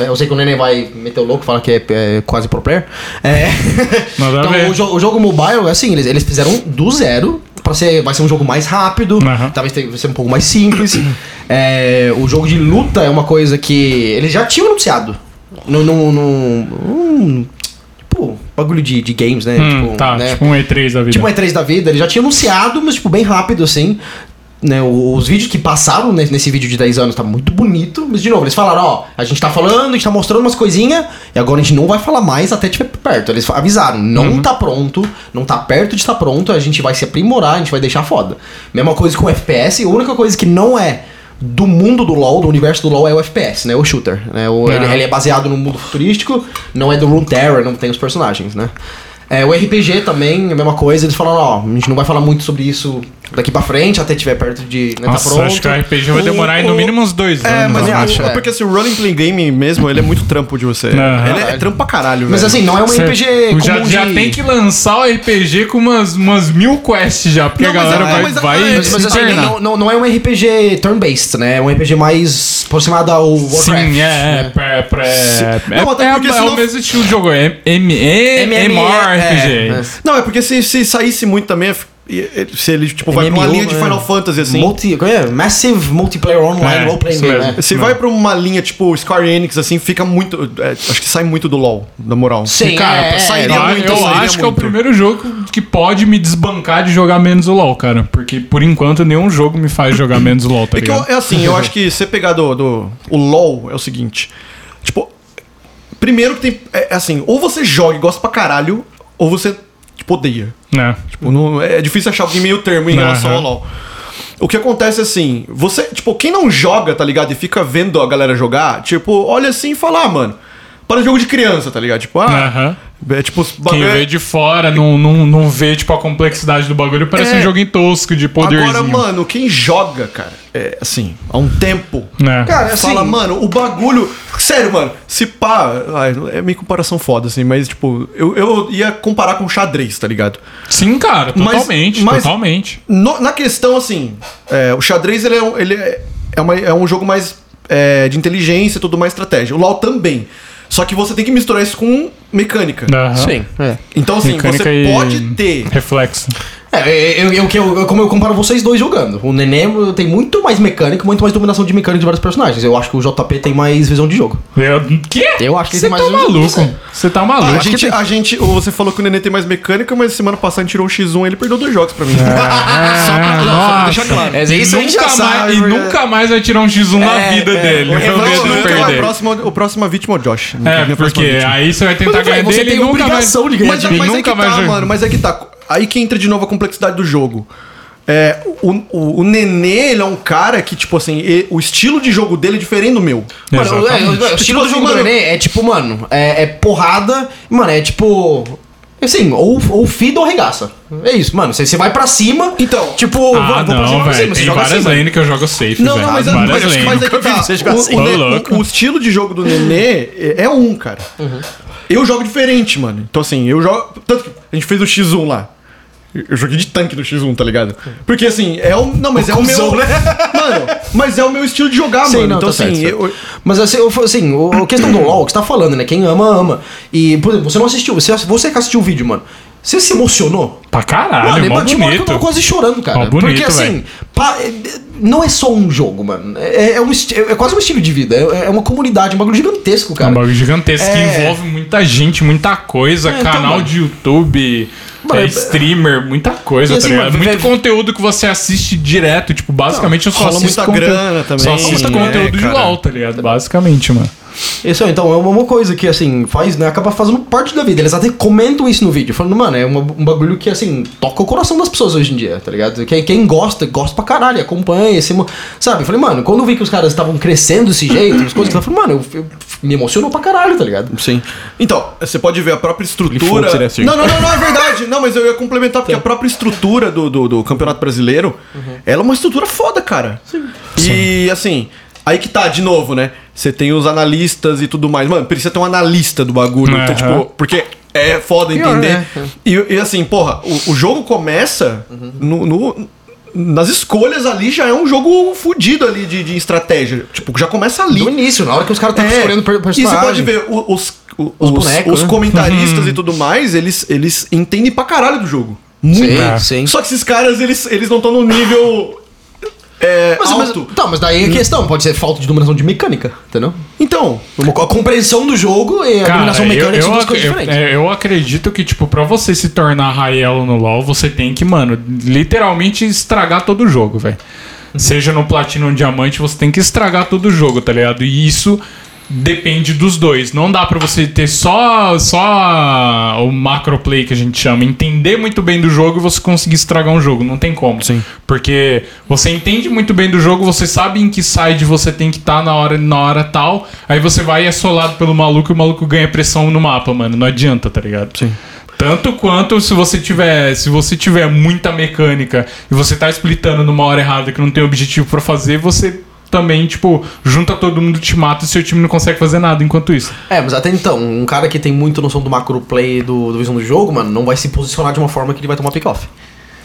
É, Eu sei que o Neném vai meter o louco, fala que é, é quase pro player. É.
Nada a ver.
então, o, jo- o jogo mobile, assim, eles, eles fizeram do zero. Pra ser, vai ser um jogo mais rápido,
Aham.
talvez tenha- vai ser um pouco mais simples. É, o jogo de luta é uma coisa que eles já tinham anunciado. No. no, no hum, tipo, bagulho de, de games, né?
hum,
tipo,
tá,
né?
tipo um E3 da vida.
Tipo, um E3 da vida, ele já tinha anunciado, mas, tipo, bem rápido, assim. Né, o- os vídeos que passaram ne- nesse vídeo de 10 anos tá muito bonito, mas de novo, eles falaram, ó, a gente tá falando, a gente tá mostrando umas coisinhas, e agora a gente não vai falar mais até tiver perto. Eles fa- avisaram, não
Uhum.
tá pronto, não tá perto de estar pronto, a gente vai se aprimorar, a gente vai deixar foda. Mesma coisa com o FPS, a única coisa que não é do mundo do LoL, do universo do LoL é o FPS, né, o shooter. Né, o, ele,
Aham.
ele é baseado no mundo futurístico, não é do Runeterra, não tem os personagens, né? É, o RPG também, a mesma coisa, eles falaram, ó, a gente não vai falar muito sobre isso daqui pra frente, até tiver perto de. Né,
Nossa,
tá pronto.
acho que o RPG vai
O-
demorar aí no
o-
mínimo uns dois
É,
anos.
mas
eu
eu
acho.
acho. É porque assim, o Rolling Play Game mesmo, ele é muito trampo de você.
Aham.
Ele é trampo pra caralho,
Mas
velho.
assim, não é um
Certo.
RPG comum
já, já
de-
tem que lançar o RPG com umas, umas mil quests já, porque
Não,
a
mas
galera
é-
vai,
mas é-
vai
mas-
Mas,
se
mas, assim,
internar.
não, não, não é um RPG turn-based, né? É um RPG mais aproximado ao Warcraft.
Sim, é, é,
né?
pré, pré, é,
Não, até
é-
porque
é
senão-
o mesmo estilo de jogo, é M, M, MMORPG.
é.
Não, é porque se, se saísse muito também, e- e- se ele, tipo, vai pra uma
MMO,
linha de
é.
Final Fantasy, assim.
Multi, como é? Massive Multiplayer
É,
Online Role-Playing
isso
Game,
mesmo.
né?
Se
Não.
vai pra uma linha, tipo, Square Enix, assim, fica muito... é, acho que sai muito do LoL, na moral.
Sim,
Cara,
é,
pra
é,
sairia
é,
Eu,
muito,
eu
sairia
acho que é o
muito.
primeiro jogo que pode me desbancar de jogar menos o LoL, cara. Porque, por enquanto, nenhum jogo me faz jogar menos o LoL, tá
É que eu-
ligado?
é assim, eu acho que você pegar do, do- O LOL é o seguinte. Tipo, primeiro que tem. É, é assim, ou você joga e gosta pra caralho, ou você, tipo, odeia.
Né?
Tipo, não- é difícil achar alguém meio termo em
Aham.
relação ao LoL. O que acontece é assim, você, tipo, quem não joga, tá ligado? E fica vendo a galera jogar, tipo, olha assim e fala, ah, mano, para jogo de criança, tá ligado? Tipo, ah,
Aham.
é tipo, os
Quem
bagulho-
vê de fora não, não, não vê, tipo, a complexidade do bagulho. Parece
É.
um jogo em tosco de poderzinho.
Agora, mano, quem joga, cara, é assim, há um tempo.
Né?
Cara, assim-
Fala, mano, o bagulho. Sério, mano, se pá. ai, é meio comparação foda, assim, mas, tipo, eu, eu ia comparar com xadrez, tá ligado?
Sim, cara,
Mas-
totalmente.
mas-
Totalmente.
No- na questão, assim, é, o xadrez ele é, um- ele é, é uma- é um jogo mais é, de inteligência e tudo mais estratégia. O LoL também. Só que você tem que misturar isso com mecânica.
Aham.
é.
Então, assim,
Mecânica
você
e
pode ter.
Reflexo.
É, eu, eu, eu, eu- como eu comparo vocês dois jogando. O Neném tem muito mais mecânica, muito mais dominação de mecânica de vários personagens. Eu acho que o JP tem mais visão de jogo.
Eu, quê?
Eu acho que
Você
tem
tá
mais um-
maluco. Você tá maluco.
A gente, a gente, ou você falou que o Nenê tem mais mecânica, mas semana passada a gente tirou o X1 e ele perdeu dois jogos pra mim.
É,
Ah,
Ah, Só pra,
deixar claro. É, isso a gente já
nunca
sabe,
mais, e
né?
nunca mais vai tirar um X1 na
É,
vida
é.
dele.
O
Pelo
Renan
menos
nunca vai
a
perder.
próxima, o próximo vítima é o Josh.
É,
Minha próxima
porque
vítima.
aí você vai tentar
Mas eu
ganhar
falei, você
dele e
tem
nunca vai...
obrigação de ganhar
Mas,
de
Ele
mim.
mas é
nunca
que
vai
tá,
jogar.
mano, mas é que tá. Aí que entra de novo a complexidade do jogo. É, o, o, o Nenê, ele é um cara que, tipo assim, e- o estilo de jogo dele é diferente do meu.
Mano, é,
Exatamente.
o estilo do jogo do Nenê é tipo, mano, é, é porrada, mano, é tipo. Assim, ou, ou fida ou regaça. É isso, mano. Você você vai pra cima.
Então.
Tipo,
Ah,
vamos- vamos
não,
pra
velho.
cima, você
Tem
joga
várias
acima.
lanes que eu jogo safe,
Não,
velho.
não, mas, é-
várias
mas,
lanes.
mas é que tá. O, o,
assim. Ô,
Ne-
louco.
o- o estilo de jogo do Nenê é- é um, cara. Eu jogo diferente, mano. Então, assim, eu jogo. Tanto que a gente fez o X1 lá. Eu joguei de tanque no X1, tá ligado? Porque assim, é o. Não, mas é o meu.
cuzão, né?
Mano, mas é o meu estilo de jogar,
Sim,
mano.
não,
então,
tá
assim,
certo,
eu,
certo. Mas assim, eu, assim o, a questão do LOL que você tá falando, né? Quem ama, ama. E, por exemplo, você não assistiu, você, você que assistiu o vídeo, mano. Você se emocionou?
Pra Tá
mano,
caralho, Ah, é mó
eu tinha uma hora que
bonito.
eu tava tá quase chorando, cara.
Ó, bonito,
Porque assim,
velho.
pa- não é só um jogo, mano. É, é um esti- é quase um estilo de vida. É, é uma comunidade, um bagulho gigantesco,
É
cara.
um bagulho gigantesco que
É.
envolve muita gente, muita coisa,
É, então,
canal
mano.
de YouTube,
Mano,
é,
é-
streamer, muita coisa,
E assim,
tá ligado?
mano,
Muito
vai-
conteúdo que você assiste direto, tipo, basicamente eu só
Então, rola
assisto
muita
conteúdo,
grana também,
só assisto
né,
conteúdo de
cara?
LOL, tá ligado? Basicamente, mano.
Isso, então, é uma, uma coisa que, assim, faz, né, acaba fazendo parte da vida. Eles até comentam isso no vídeo, falando, mano, é uma- um bagulho que, assim, toca o coração das pessoas hoje em dia, tá ligado? Quem, quem gosta, gosta pra caralho, acompanha, se, emo- sabe? Eu falei, mano, quando eu vi que os caras estavam crescendo desse jeito, as coisas, eu falei, mano, eu, eu- me emocionou pra caralho, tá ligado?
Sim. Então, você pode ver a própria estrutura.
foda-se, né, Chico?
Não, não, não, não, é verdade. Não, mas eu ia complementar, porque a própria estrutura do, do, do Campeonato Brasileiro, ela é uma estrutura foda, cara. Sim. E assim, aí que tá, de novo, né? Você tem os analistas e tudo mais. Mano, precisa ter um analista do bagulho. Então,
Aham.
tipo, porque é foda
Pior,
entender.
né?
E, e, assim, porra, o, o jogo começa no. no- nas escolhas ali já é um jogo fudido ali de, de estratégia. Tipo, já começa ali.
No início, na hora que os caras estavam
É,
Tá escolhendo per
E você
personagem.
pode ver o- os, o- os,
Os bonecos,
os
né?
comentaristas e tudo mais, eles, eles entendem pra caralho do jogo. Muito.
Sim,
É.
sim.
Só que esses caras, eles, eles não estão no nível. É,
Mas, mas,
alto.
tá, mas daí a questão pode ser falta de dominação de mecânica, entendeu?
Então,
Uma co- A compreensão do jogo e a dominação mecânica são duas
ac-
coisas
eu-
diferentes.
é, eu acredito que, tipo, pra você se tornar Raelo no LoL, você tem que, mano, literalmente estragar todo o jogo, velho. Seja no Platino ou no Diamante, você tem que estragar todo o jogo, tá ligado? E isso depende dos dois. Não dá pra você ter só, só o macro play que a gente chama, entender muito bem do jogo e você conseguir estragar um jogo. Não tem como. Sim. Porque você entende muito bem do jogo, você sabe em que side você tem que estar na, hora, na hora tal, aí você vai e é solado pelo maluco e o maluco ganha pressão no mapa, mano. Não adianta, tá ligado? Sim. Tanto quanto se você tiver, se você tiver muita mecânica e você tá splitando numa hora errada que não tem objetivo pra fazer, você também, tipo, junta todo mundo, te mata e seu time não consegue fazer nada enquanto isso.
É, mas até então, um cara que tem muito noção do macro play do, do visão do jogo, mano, não vai se posicionar de uma forma que ele vai tomar pick-off.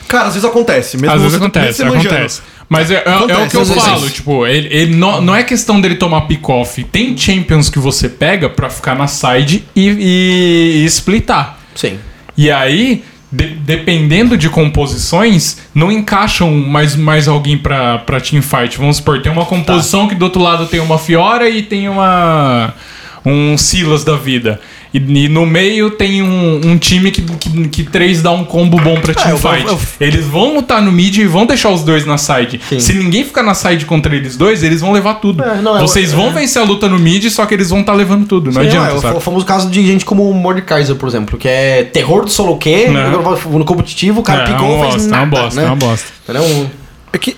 cara, às vezes acontece.
Às
Mesmo você-
vezes
você
acontece,
manjando.
acontece. Mas é, é- é o que
Acontece,
eu
às vezes.
falo, tipo, ele, ele não, não é questão dele tomar pick-off. Tem champions que você pega pra ficar na side e, e, e splitar.
Sim.
E aí, de- dependendo de composições, não encaixam mais, mais alguém pra, pra teamfight. Vamos supor, tem uma composição que do outro lado tem uma Fiora e tem uma. um Silas da vida. E, e no meio tem um, um time que, que que, que três dá um combo bom pra
É, eu-
teamfight.
eu- eu-
Eles vão lutar no mid e vão deixar os dois na side. Se ninguém ficar na side contra eles dois, eles vão levar tudo.
É, não, eu-
Vocês vão vencer a luta no mid, só que eles vão estar levando tudo. Não adianta,
é, o
sabe?
fa- famoso caso de gente como o Mordekaiser, por exemplo, que é terror do solo que
Né?
no competitivo, o cara
É,
picou,
é uma
fez
bosta, é
nada,
uma bosta,
né?
é uma bosta.
Entendeu?
É que.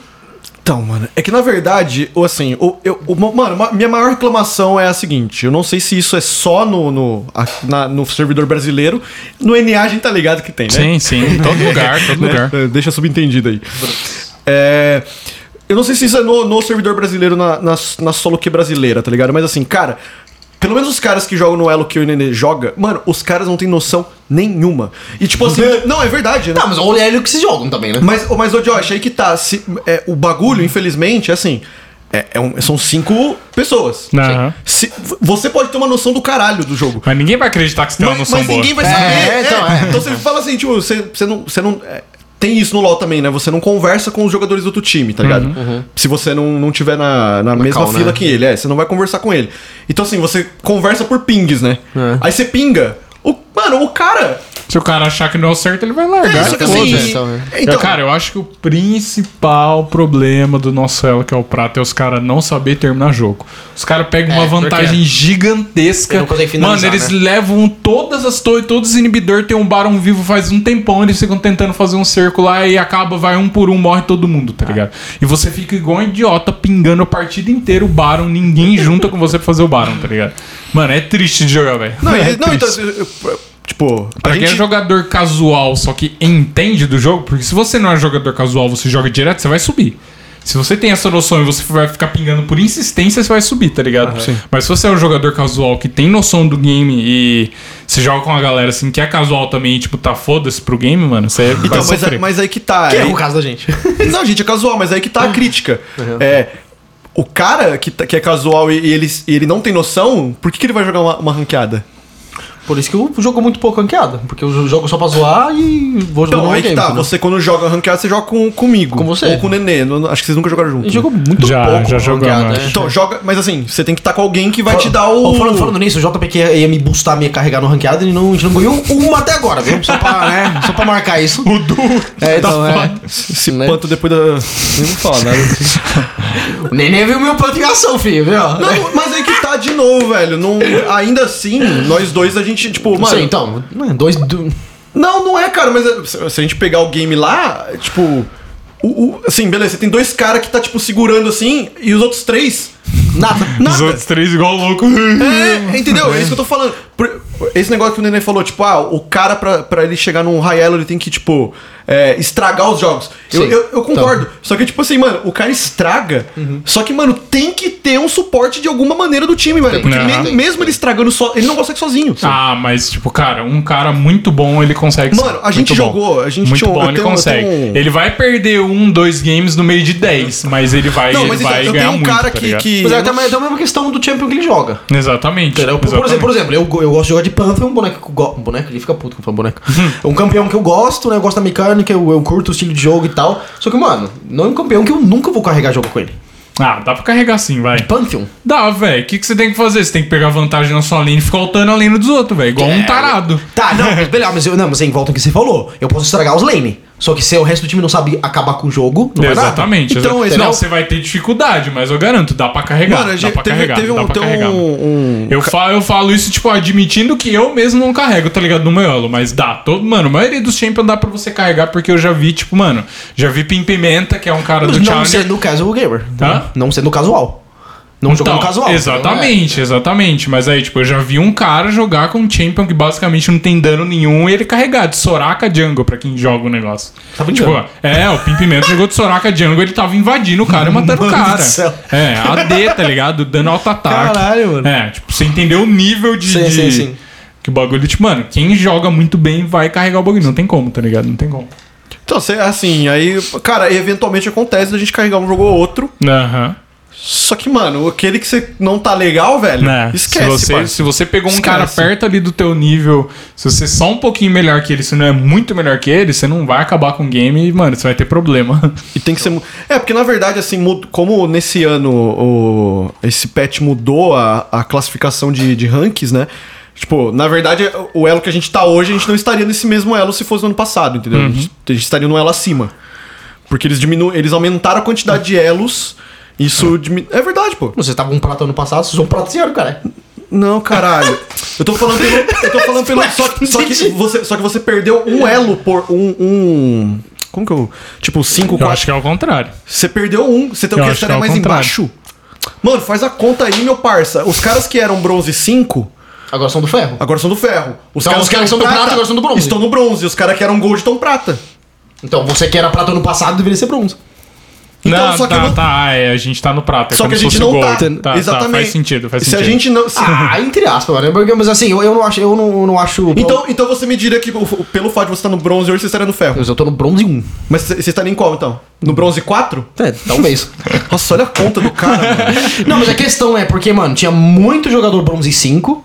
Então, mano, é que na verdade, ou assim, o, eu, o- mano, ma- minha maior reclamação é a seguinte: eu não sei se isso é só no, no, a- na- no servidor brasileiro. No NA a gente tá ligado que tem, né?
Sim, sim. em Todo lugar, todo
Né?
lugar.
Eh, Deixa subentendido aí. É, eu não sei se isso é no, no servidor brasileiro, na, na, na solo que brasileira, tá ligado? Mas assim, cara, pelo menos os caras que jogam no elo que o Nenê joga, mano, os caras não têm noção nenhuma. E tipo assim, não, é verdade, né?
Tá, mas olha ele que vocês jogam também, né?
Mas, ô, mas ô Josh, aí que tá. se- é, o bagulho, infelizmente, é assim. é- é um- são cinco pessoas.
Aham.
Se- v- você pode ter uma noção do caralho do jogo.
Mas ninguém vai acreditar que você tem uma
Mas,
noção
mas
boa.
ninguém vai
É,
saber.
é,
é.
então, é.
Então você fala assim, tipo, você, você não. Você não é, tem isso no LoL também, né? Você não conversa com os jogadores do outro time, tá ligado?
Uhum.
Se você não, não tiver na, na mesma
Uhum. call,
fila
né?
que ele, é, você não vai conversar com ele. Então assim, você conversa por pings, né?
É.
Aí você pinga. O, mano, o cara.
Se o cara achar que não é o certo, ele vai largar.
só que
foda-se.
assim.
foda-se, então, é.
Eu, cara, eu acho que o principal problema do nosso elo, que é o prato, é os caras não saber terminar jogo. Os caras pegam uma
porque-
vantagem gigantesca.
Ele não consegue finalizar,
Mano, eles
né?
levam todas as torres, todos os inibidores, tem um barão vivo faz um tempão, eles ficam tentando fazer um cerco lá e acaba, vai um por um, morre todo mundo, tá ligado? E você fica igual um idiota pingando a partida inteira o barão, ninguém junta com você pra fazer o barão, tá ligado? Mano, é triste de jogar, velho.
Não,
é
e- não, então.
triste.
eu- eu- Tipo,
Pra quem é jogador casual, só que entende do jogo, porque se você não é jogador casual, você joga direto, você vai subir. Se você tem essa noção e você vai ficar pingando por insistência, você vai subir, tá ligado? Mas se você é um jogador casual que tem noção do game e você joga com uma galera assim que é casual também e, tipo, tá foda-se pro game, mano, você vai
Então, mas,
sofrer.
mas aí que tá.
Que é
aí-
o caso da gente.
Não, gente, é casual, mas aí que tá a crítica. É. O cara que, tá- que é casual e, e ele, e ele não tem noção, por que, que ele vai jogar uma, uma ranqueada?
Por isso que eu jogo é muito pouco ranqueado, porque eu jogo só pra zoar e vou jogar
Então,
no
aí que
game.
tá.
entendeu?
Você quando joga ranqueada, você joga com, comigo.
Com você.
Ou com o Nenê. não- acho que vocês nunca jogaram
A
junto. né?
gente jogou muito
Já,
pouco
já jogamos,
ranqueado,
acho.
né?
Então, joga. Mas assim, você tem que estar com alguém que vai te dar o.
Ô, falando, falando nisso, o JPQ ia me boostar, me carregar no ranqueado e não, a gente não ganhou uma até agora, viu? Só pra, né? Só pra marcar isso.
O Du
É,
tá
então, é.
foda.
Esse
né?
panto depois da. Nem vou falar, né?
O Neném viu meu plano em ação, filho, viu?
Não, mas aí que tá de novo, velho. Não, ainda assim, nós dois a gente, tipo, mano.
Mano, então, né, dois. do-
Não, não é, cara, mas é- se se a gente pegar o game lá, tipo. o- o- assim, beleza, você tem dois caras que tá, tipo, segurando assim, e os outros três.
Nada.
Os
Nada.
outros três igual louco.
É, entendeu? É isso que eu tô falando. Por- Esse negócio que o Nenê falou, tipo, ah, o cara pra, pra ele chegar num high elo, ele tem que, tipo, é, estragar os jogos. Eu,
Sim.
eu, eu concordo. Só que, tipo assim, mano, o cara estraga. Só que, mano, tem que ter um suporte de alguma maneira do time, velho. Porque
Aham.
me- mesmo ele estragando só, ele não consegue sozinho. sabe?
Ah, mas, tipo, cara, um cara muito bom, ele consegue.
Mano, a
Muito
gente
bom.
jogou, a gente
Muito
tinha um-
bom,
eu
ele
tenho- eu
consegue.
tenho um-
Ele vai perder um, dois games no meio de dez, mas ele vai,
Não,
ele
mas então,
vai
eu
ganhar
tenho um
muito,
cara
tá
que-
ligado?
que-
Mas é até a até a mesma questão do champion que ele joga. É, né,
Exatamente.
Entendeu? Por, por
exatamente.
exemplo, por exemplo, eu, go- eu gosto de jogar de Pantheon, um boneco que eu go- um boneco, ele fica puto quando fala boneco. É um campeão que eu gosto, né? Eu gosto da mecânica, eu, eu curto o estilo de jogo e tal. Só que, mano, não é um campeão que eu nunca vou carregar jogo com ele.
Ah, dá pra carregar sim, vai.
Pantheon.
Dá, velho. O que, que você tem que fazer? Você tem que pegar vantagem na sua lane e ficar altando a lane dos outros, velho. Igual
É.
um tarado.
Tá, não, mas beleza, mas eu, não, mas é em volta ao que você falou, eu posso estragar os lane. Só que se é o resto do time não sabe acabar com o jogo, não vai dar.
Exatamente.
Então,
exa-
esse-
não, você vai ter dificuldade, mas eu garanto, dá pra carregar.
Mano, a gente
dá pra
teve-
carregar.
teve um-
dá pra
tem
carregar.
um- um-
Eu, falo, eu falo isso, tipo, admitindo que eu mesmo não carrego, tá ligado? No meu elo, mas dá. Todo, mano, a maioria dos champions dá pra você carregar, porque eu já vi, tipo, mano, já vi Pim Pimenta, que é um cara do
Mas Não
Challenger.
sendo o casual gamer.
Hã? Então,
Não sendo casual. Não jogando casual. É.
Exatamente, exatamente. Mas aí, tipo, eu já vi um cara jogar com um champion que basicamente não tem dano nenhum e ele carregar de Soraka Jungle pra quem joga o negócio.
Tá
tipo,
brincando.
é, o Pimpimento jogou de Soraka Jungle, ele tava invadindo o cara e matando o
Mano do
cara.
céu.
É, AD, tá ligado? Dando alto ataque.
Caralho, mano.
É, tipo, você entendeu o nível de.
Sim,
de-
sim, sim.
Que o bagulho, tipo, mano, quem joga muito bem vai carregar o bagulho. Não tem como, tá ligado? Não tem como.
Então, você- assim, aí, cara, eventualmente acontece da gente carregar um jogo ou outro.
Aham.
Só que, mano, aquele que você não tá legal, velho,
Né?
esquece,
se você,
parça.
se você pegou um
Esquece.
cara perto ali do teu nível, se você é só um pouquinho melhor que ele, se não é muito melhor que ele, você não vai acabar com o game e, mano, você vai ter problema.
E tem que ser. mu- É, porque na verdade, assim, mud- como nesse ano o... esse patch mudou a, a classificação de, de rankings, né? Tipo, na verdade, o elo que a gente tá hoje, a gente não estaria nesse mesmo elo se fosse no ano passado, entendeu? A, gente, a gente estaria no elo acima. Porque eles diminu eles aumentaram a quantidade de elos. Isso diminu... É verdade, pô.
Vocês estavam um prato ano passado, vocês são um prato esse ano, cara.
Não, caralho. Eu tô falando pelo. Eu tô falando pelo. Só, que- só que, você, só que você perdeu um elo por. Um. um- como que eu. Tipo,
Eu
cinco,
acho
quatro.
que é o contrário.
Você perdeu um. Você tem
Eu
o que
acho que
estaria
é o
mais
contrário.
embaixo? Mano, faz a conta aí, meu parça. Os caras que eram bronze 5,
Agora são do ferro.
agora são do ferro. Os
Então, os caras que são do
eram
prata, agora são do bronze.
Estão no bronze. Os caras que eram gold estão prata.
Então você que era prato ano passado deveria ser bronze.
Então,
não,
só que
tá,
eu não-
tá, é, a gente tá no prato. É
Só
como
que a
se fosse
gente não
gol.
tá.
Tá, tá,
Exatamente.
faz sentido, faz
se
sentido.
a gente não. se-
Ah, entre aspas, né? Porque- Mas assim, eu, eu não acho, eu não, eu não acho.
Então, então você me diria que o- pelo fato de você estar no bronze hoje, você estaria no ferro.
eu tô no bronze 1.
Mas você você estaria em qual, então? No bronze 4?
É, talvez.
Nossa, olha a conta do cara, mano.
Não, mas a questão é porque, mano, tinha muito jogador bronze 5.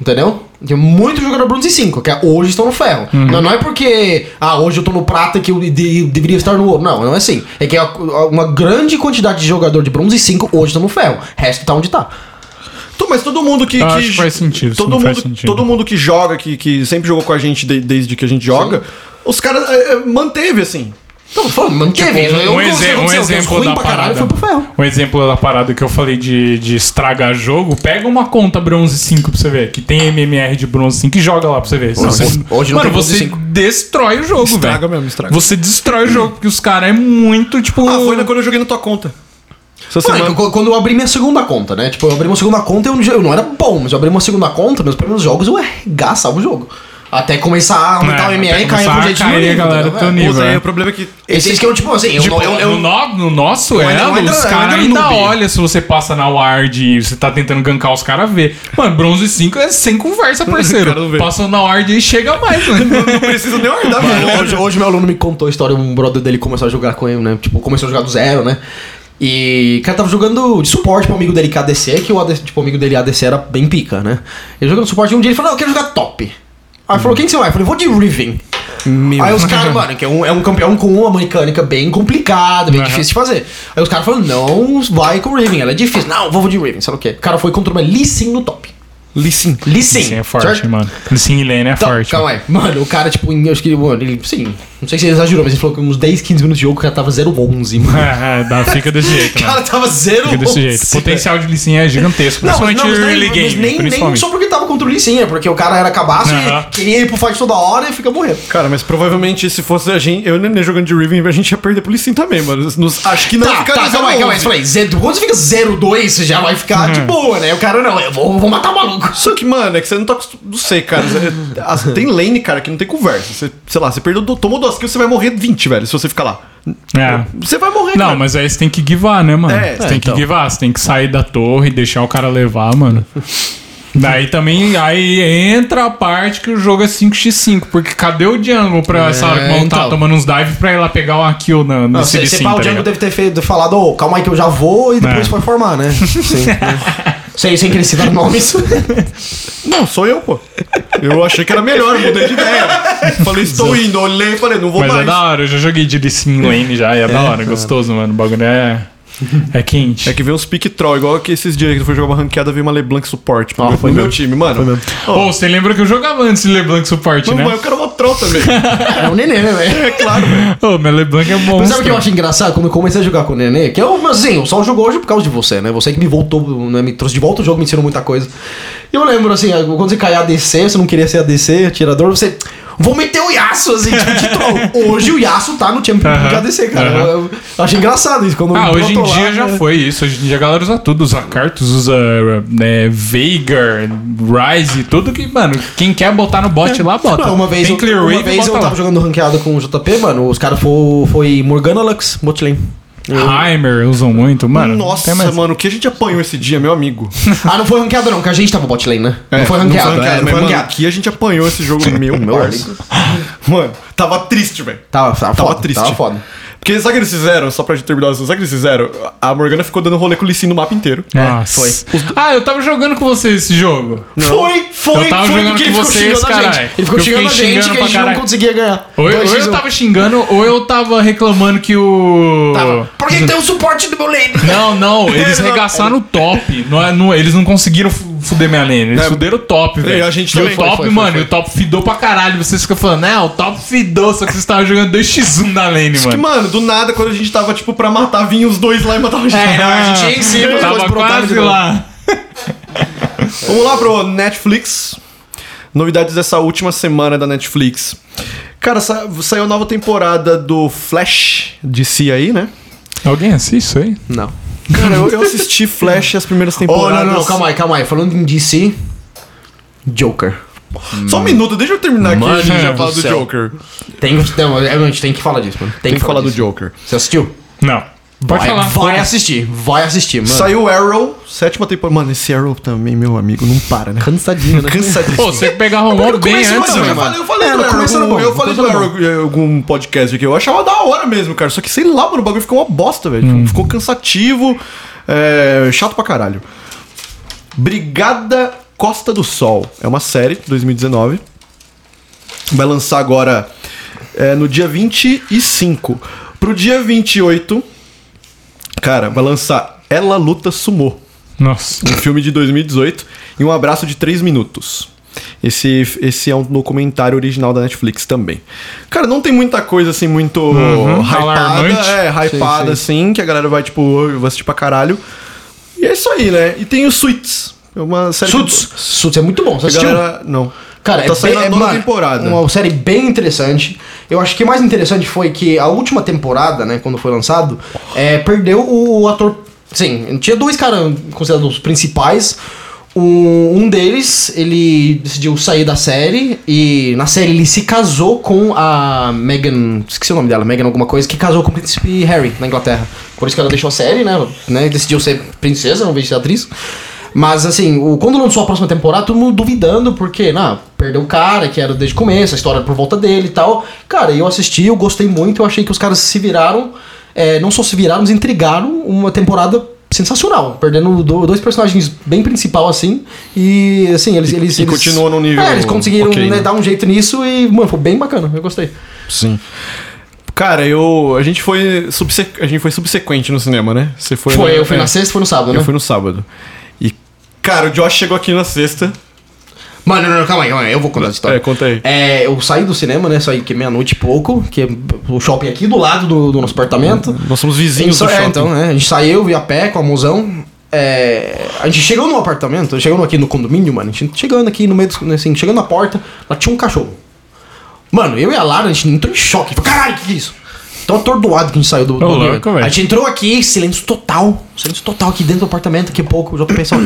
Entendeu? Tinha muito jogador bronze 5, que é, hoje estão no ferro. Não, não é porque, ah, hoje eu tô no prata que eu de- deveria estar no ouro. Não, não é assim. É que a- a- uma grande quantidade de jogador de bronze 5 hoje estão no ferro. O resto tá onde tá.
Tô, mas todo mundo que.
Eu
que
acho que faz sentido, isso
Todo,
não
mundo,
faz sentido.
todo mundo que joga, que, que sempre jogou com a gente de- desde que a gente joga, os caras é, é, manteve, assim.
Então, tô falando, manteve. eu- eu
um,
não sei o que
exe- um
aconteceu, que os
exemplo
ruins
da
pra caralho
parada.
foi pro ferro.
Um exemplo da parada que eu falei de, de estragar jogo, pega uma conta bronze 5 pra você ver, que tem MMR de bronze 5 e joga lá pra você ver. Se
Não,
você-
hoje- hoje não
mano,
tem bronze
você
5.
destrói o jogo, velho.
Estraga mesmo, estraga.
Você destrói o jogo, porque os caras é muito, tipo.
Ah, foi na- quando eu joguei na tua conta. Essa
Mano,
semana.
qu- quando eu abri minha segunda conta, né? Tipo, eu abri uma segunda conta eu, não- eu não era bom, mas eu abri uma segunda conta, meus primeiros jogos eu arregaçava o jogo. Até começar a aumentar o
É,
MR e
até
cair
começar
pro
a
jeito
cair,
nível, né?
galera,
entendeu,
teu
velho?
ního,
Pô, Zé,
velho.
o problema é que.
Esse que é o tipo assim, eu,
Tipo,
não- eu,
no,
eu-
no- no nosso
ainda- eu
elo,
ainda-
os
eu
caras
ainda
ainda,
noob.
olham se você passa na ward e você tá tentando gankar, os caras vê. Mano, bronze 5 é sem conversa, parceiro.
cara não vê.
Passou na ward e chega mais, né? mano.
Não preciso nem ordar,
Mano,
né?
mano.
hoje, hoje meu aluno me contou a história, um brother dele começou a jogar com ele, né? Tipo, começou a jogar do zero, né? E o cara tava jogando de suporte pro amigo dele que é ADC, que o ADC, tipo, o amigo dele ADC era bem pica, né? Ele jogando suporte e um dia ele falou, não, eu quero jogar top. Aí falou, quem que você vai? Eu falei, vou de Riven. Aí os caras, mano, que é um, é um campeão com uma mecânica bem complicada, bem
Aham.
difícil de fazer. Aí os caras falaram, não vai com Riven, ela é difícil. Não, vou de Riven, sei lá o quê. O cara foi contra uma Lee Sin no top.
Lissin.
Lee Sin.
Sim, é forte,
certo?
mano. Sim, e lane é
Tá,
forte.
calma aí. Mano, o cara, tipo, em- acho que, mano, ele, sim, não sei se ele exagerou, mas ele falou que uns 10, 15 minutos de jogo o cara tava 011, mano.
É, é, dá- fica desse jeito,
O cara
mano.
tava 011.
Fica desse jeito. O potencial de Lee Sin é gigantesco,
Não, mas,
principalmente
não, mas, nem,
early
mas
game.
nem, nem
principalmente.
só porque tava contra o Lee Sin, é porque o cara era cabaço
Aham.
e queria ir pro fight toda hora e fica morrendo.
Cara, mas provavelmente se fosse a gente. Eu e o Nenê jogando de Riven, a gente ia perder pro Lissin também, mano. Nos- acho que não
Tá, tá, calma
um,
aí, calma aí. Falei, zero, quando você fica 02, você já vai ficar
Uhum.
de boa, né? O cara, não, eu vou, vou matar o maluco.
Só que, mano, é que você não tá acostumado. Não sei, cara. Você- as- tem lane, cara, que não tem conversa. Você, sei lá, você perdeu, do- tomou duas kills, você vai morrer 20, velho, se você ficar lá.
É.
Você vai morrer,
Não,
cara.
mas aí você tem que givar, né, mano?
É,
você
é,
tem que
então.
givar, você tem que sair da torre e deixar o cara levar, mano. Daí também, aí entra a parte que o jogo é 5x5, porque cadê o Django pra essa hora que o maluco tá
então.
tomando uns dive pra ir lá pegar uma kill na,
Não,
nesse
se, se
Lee Sin,
pá, o
tá
Django
ligado?
deve ter feito, falado, ô, calma aí que eu já vou e depois
É.
foi formar, né? Sim. sem, sem querer citar nomes.
Não, sou eu, pô. Eu achei que era melhor, eu mudei de ideia. Falei, estou indo, olhei e falei, não vou
Mas é
mais.
da hora, eu já joguei de Lee Sin lane já, e é, da hora, gostoso, mano. O bagulho é, é quente.
É que vem uns pique troll, igual que esses dias que eu fui jogar uma ranqueada, veio uma LeBlanc
Ah,
suporte pro meu- pro meu time, mano. Ó,
Pô, você lembra que eu jogava antes de LeBlanc suporte,
não,
né?
mas eu quero uma troll também.
É o neném, né, velho?
É claro, velho.
Ô, meu LeBlanc é bom.
Mas sabe o que eu acho engraçado? Quando eu comecei a jogar com o Nenê, que eu, assim, eu só jogo hoje por causa de você, né? Você que me voltou, né? Me trouxe de volta o jogo, me ensinou muita coisa. E eu lembro, assim, quando você caía ADC, você não queria ser ADC, atirador, você. Vou meter o Yasuo, assim, tipo, de troll. Hoje o Yasuo tá no champion de
Aham,
ADC, cara. Eu, eu- eu acho engraçado isso. Quando
Ah,
eu
hoje em
boto lá,
dia já
né?
foi isso. Hoje em dia a galera usa tudo. Usa Cartus, usa né, Veigar, Rise, tudo que, mano, quem quer botar no bot lá, bota.
Não, uma vez,
Tem
eu,
Clear
uma
Wave,
vez eu
bota
tava
lá.
jogando ranqueado com o JP, mano. Os caras foi, foi Morgana Lux, Motlane.
Heimer usam muito, mano.
Nossa,
tem mais-
mano, o que a gente apanhou esse dia, meu amigo? É,
Ah, não foi ranqueado não, porque a gente tava botlane, né?
É,
não foi ranqueado, cara,
Não foi ranqueado,
não
mas,
foi
mano,
ranqueado.
aqui a gente apanhou esse jogo, meu,
Meu
meu Mano, tava triste, velho.
Tava, tava,
Tava
foda,
triste.
Tava foda.
Porque sabe o que eles fizeram? Só pra gente terminar, sabe o que eles fizeram? A Morgana ficou dando rolê com o Lissin no mapa inteiro.
Nossa.
foi.
Ah, eu tava jogando com você esse jogo.
Foi, foi,
Eu tava
foi
jogando com
porque ele ficou
vocês,
xingando a gente.
caralho.
Ele ficou
Eu fiquei
xingando a gente
xingando
que a
pra
gente
caralho.
não conseguia ganhar.
Ou, eu-
Dois
ou eu
x um.
tava xingando, ou eu tava reclamando que o.
Tava. Por que que tem o suporte do meu lane?
Não, não, eles regaçaram o top. Não, é- não- eles não conseguiram f- fuder minha lane. Eles
É.
fuderam o top, velho.
a gente
e
também.
o top,
Foi, foi,
mano,
foi,
e o top fidou pra caralho. Vocês ficam falando, né? O top fidou, só que vocês estavam jogando 2x1 na lane,
Que,
mano.
mano, do nada, quando a gente tava, tipo, pra matar, vinha os dois lá e matava a gente.
É, não, a gente ia em cima, depois
Tava
brotaram
quase
de novo.
lá.
Vamos lá pro Netflix. Novidades dessa última semana da Netflix. Cara, sa- saiu a nova temporada do Flash de si aí, né?
Alguém assiste isso aí?
Não.
Cara, eu, eu assisti Flash as primeiras
Oh, não,
temporadas.
não, não, calma aí, calma aí. Falando em DC, Joker.
Só um minuto, deixa eu terminar
Mano
aqui. A gente já
do
fala do
céu.
Joker.
Tem, não, é, a gente tem que falar disso, mano. Tem,
Tem que falar do
disso.
Joker.
Você assistiu?
Não. Pode
vai,
falar.
Vai assistir, vai assistir, mano.
Saiu Arrow, sétima temporada. Mano, esse Arrow também, meu amigo, não para, né?
cansadinho, né?
Pô, você pegar Romão
No
bem
começo,
antes,
eu já
mano.
falei, eu falei
É,
do
no
Arrow,
começo era
eu,
bom,
eu falei do
no começo era
Arrow em algum podcast aqui, eu achava da hora mesmo, cara, só que sei lá, mano, o bagulho ficou uma bosta, velho, Tipo,
Hum.
ficou cansativo, é, chato pra caralho. Brigada Costa do Sol, é uma série, 2019, vai lançar agora é, no dia 25, pro dia 28, cara, vai lançar Ela Luta Sumô
Nossa.
um filme de 2018 e um abraço de 3 minutos. Esse, esse é um documentário original da Netflix também. Cara, não tem muita coisa assim muito
Uhum.
hypada,
alarmante.
é, hypada assim, que a galera vai tipo, "Oi, eu vou assistir pra caralho. E é isso aí, né? E tem o Suits, é uma série
Suits.
que
Suits é muito bom, você
a
assistiu?
galera não.
Cara,
tá
é
saindo
bem-
a
é,
nona
mano,
temporada.
Uma série bem interessante. Eu acho que o mais interessante foi que a última temporada, né, quando foi lançado, é, perdeu o, o ator. Sim, tinha dois caras considerados os principais. Um, um deles, ele decidiu sair da série e na série ele se casou com a Meghan. Esqueci o nome dela, Meghan alguma coisa, que casou com o príncipe Harry na Inglaterra. Por isso que ela deixou a série, né? né e decidiu ser princesa, não vez de ser atriz. Mas assim, o, quando lançou a próxima temporada, todo mundo duvidando, porque, não, perdeu o cara, que era desde o começo, a história por volta dele e tal. Cara, eu assisti, eu gostei muito, eu achei que os caras se viraram, é, não só se viraram, mas entregaram uma temporada sensacional, perdendo do- dois personagens bem principal assim, e assim, eles... eles,
e
eles-
continuou num nível
É, eles conseguiram
ok,
né,
né?
dar um jeito nisso e, mano, foi bem bacana, eu gostei.
Sim. Cara, eu a gente foi subsequ- a gente foi subsequente no cinema, né? Você foi
Foi,
na-
eu fui
é,
na sexta, foi no sábado,
Eu
né?
fui no sábado. E cara, o Josh chegou aqui na sexta.
Mano, não, não, calma aí, calma aí, eu vou contar essa história.
É, conta aí.
É, eu saí do cinema, né? Saí que é meia-noite e pouco, que é o shopping aqui do lado do, do nosso apartamento.
Nós somos
Sim,
vizinhos
só-
do
é,
shopping.
então, né? A gente saiu, vi a pé com a mozão. É, a gente chegou no apartamento, chegando aqui no condomínio, mano. A gente chegando aqui no meio, do, assim, chegando na porta, lá tinha um cachorro. Mano, eu e a Lara, a gente entrou em choque. Falei, Caralho, o que que é isso? Tão atordoado que a gente saiu do. do
louco,
evento.
velho.
a gente entrou aqui, silêncio total. Silêncio total aqui dentro do apartamento, daqui a pouco, o JP pessoal.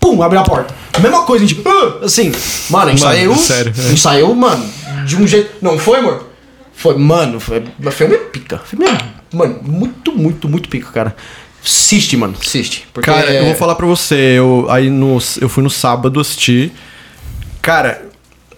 Pum, abre a porta. Mesma coisa, a gente. "Ah", assim, mano, a gente
Mano,
saiu.
sério,
a
é.
gente saiu, mano, de um jeito. Não foi, amor? Foi, mano, foi, o filme é pica. O Filme é, mano, muito, muito, muito pica, cara. Assiste, mano, assiste. Porque
Cara,
é-
eu vou falar pra você. Eu, aí no, eu fui no sábado assistir. Cara,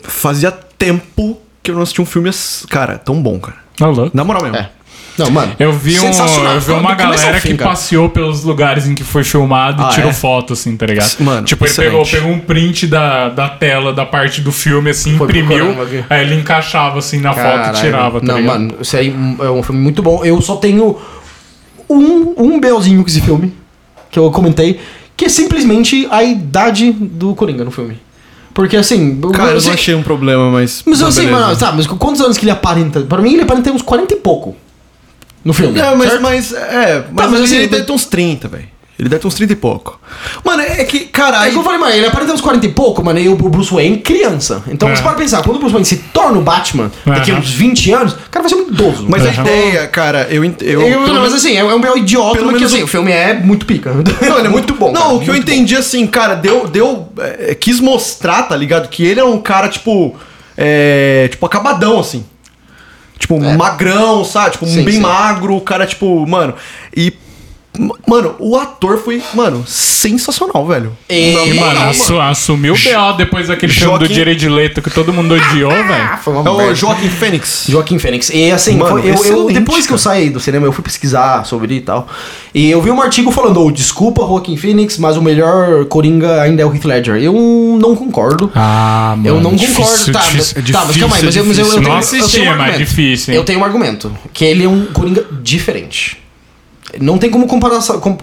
fazia tempo que eu não assisti um filme. ass- Cara, tão bom, cara.
Tá louco.
Na moral mesmo.
É. Não, mano.
Eu vi, um,
sensacional,
eu vi uma
do começo ao
galera
fim,
que
cara.
passeou pelos lugares em que foi filmado e
Ah,
tirou
é?
foto, assim, tá ligado?
Mano,
tipo, ele
excelente.
pegou, pegou um print da, da tela, da parte do filme, assim,
Foi
imprimiu,
procurando aqui.
aí ele encaixava, assim, na foto e
Caralho.
tirava, tá
Não,
ligado?
mano, isso aí é um filme muito bom. Eu só tenho um, um belzinho com esse filme, que eu comentei, que é simplesmente a idade do Coringa no filme. Porque assim. eu-
Cara, eu
assim,
não achei um problema, mas. assim,
Mas eu
mas
sei,
beleza.
mano, tá, mas quantos anos que ele aparenta? Pra mim ele aparenta uns 40 e pouco no filme.
É, mas,
certo?
mas. É, mas,
mas assim,
ele
mas-
deve ter uns 30, velho. Ele deve ter uns 30 e pouco. Mano, é que, cara.
É
aí-
que eu falei, mano, ele aparenta uns 40 e pouco, mano, e o Bruce Wayne criança. Então
É.
você pode pensar, quando o Bruce Wayne se torna o Batman, daqui a
Aham.
uns 20 anos, o cara vai ser um idoso.
Mas a
Aham.
ideia, cara, eu. ent- eu,
Eu-
pelo
não,
menos-
mas assim, é é um belo idiota,
pelo
mas que
menos
assim,
o-
o filme é muito pica.
Não, ele é muito
muito
bom.
bom.
Não,
cara,
o que eu
muito
entendi, assim, cara, deu. deu é, quis mostrar, tá ligado? Que ele é um cara, tipo. É, tipo, acabadão, assim. Tipo, magrão, sabe? Tipo,
Sim,
bem
sim.
magro, o cara, tipo, mano. E. m- Mano, o ator foi, mano, sensacional, velho.
E-
Na
E,
moral,
mano,
mano.
assu- assumiu o B.O. depois daquele filme do
Joaquim-
Direito de Leito que todo mundo odiou, velho.
Ah, foi uma
É o
merda.
Joaquim Fênix.
Joaquim Fênix. E assim,
Mano,
foi- eu, eu-
excelente,
depois que eu saí do cinema, eu fui pesquisar sobre e tal. E eu vi um artigo falando, "Oh, desculpa, Joaquim Phoenix, mas o melhor Coringa ainda é o Heath Ledger. Eu não concordo.
Ah, mano. é
eu não concordo. Tá, mas, tá, mas calma aí, mas eu, mas eu, eu
não
tenho, eu
assisti, é
tenho um
mas
argumento.
difícil, hein?
Eu tenho um argumento. Que ele é um Coringa diferente. Não tem como comparar. essa- Com,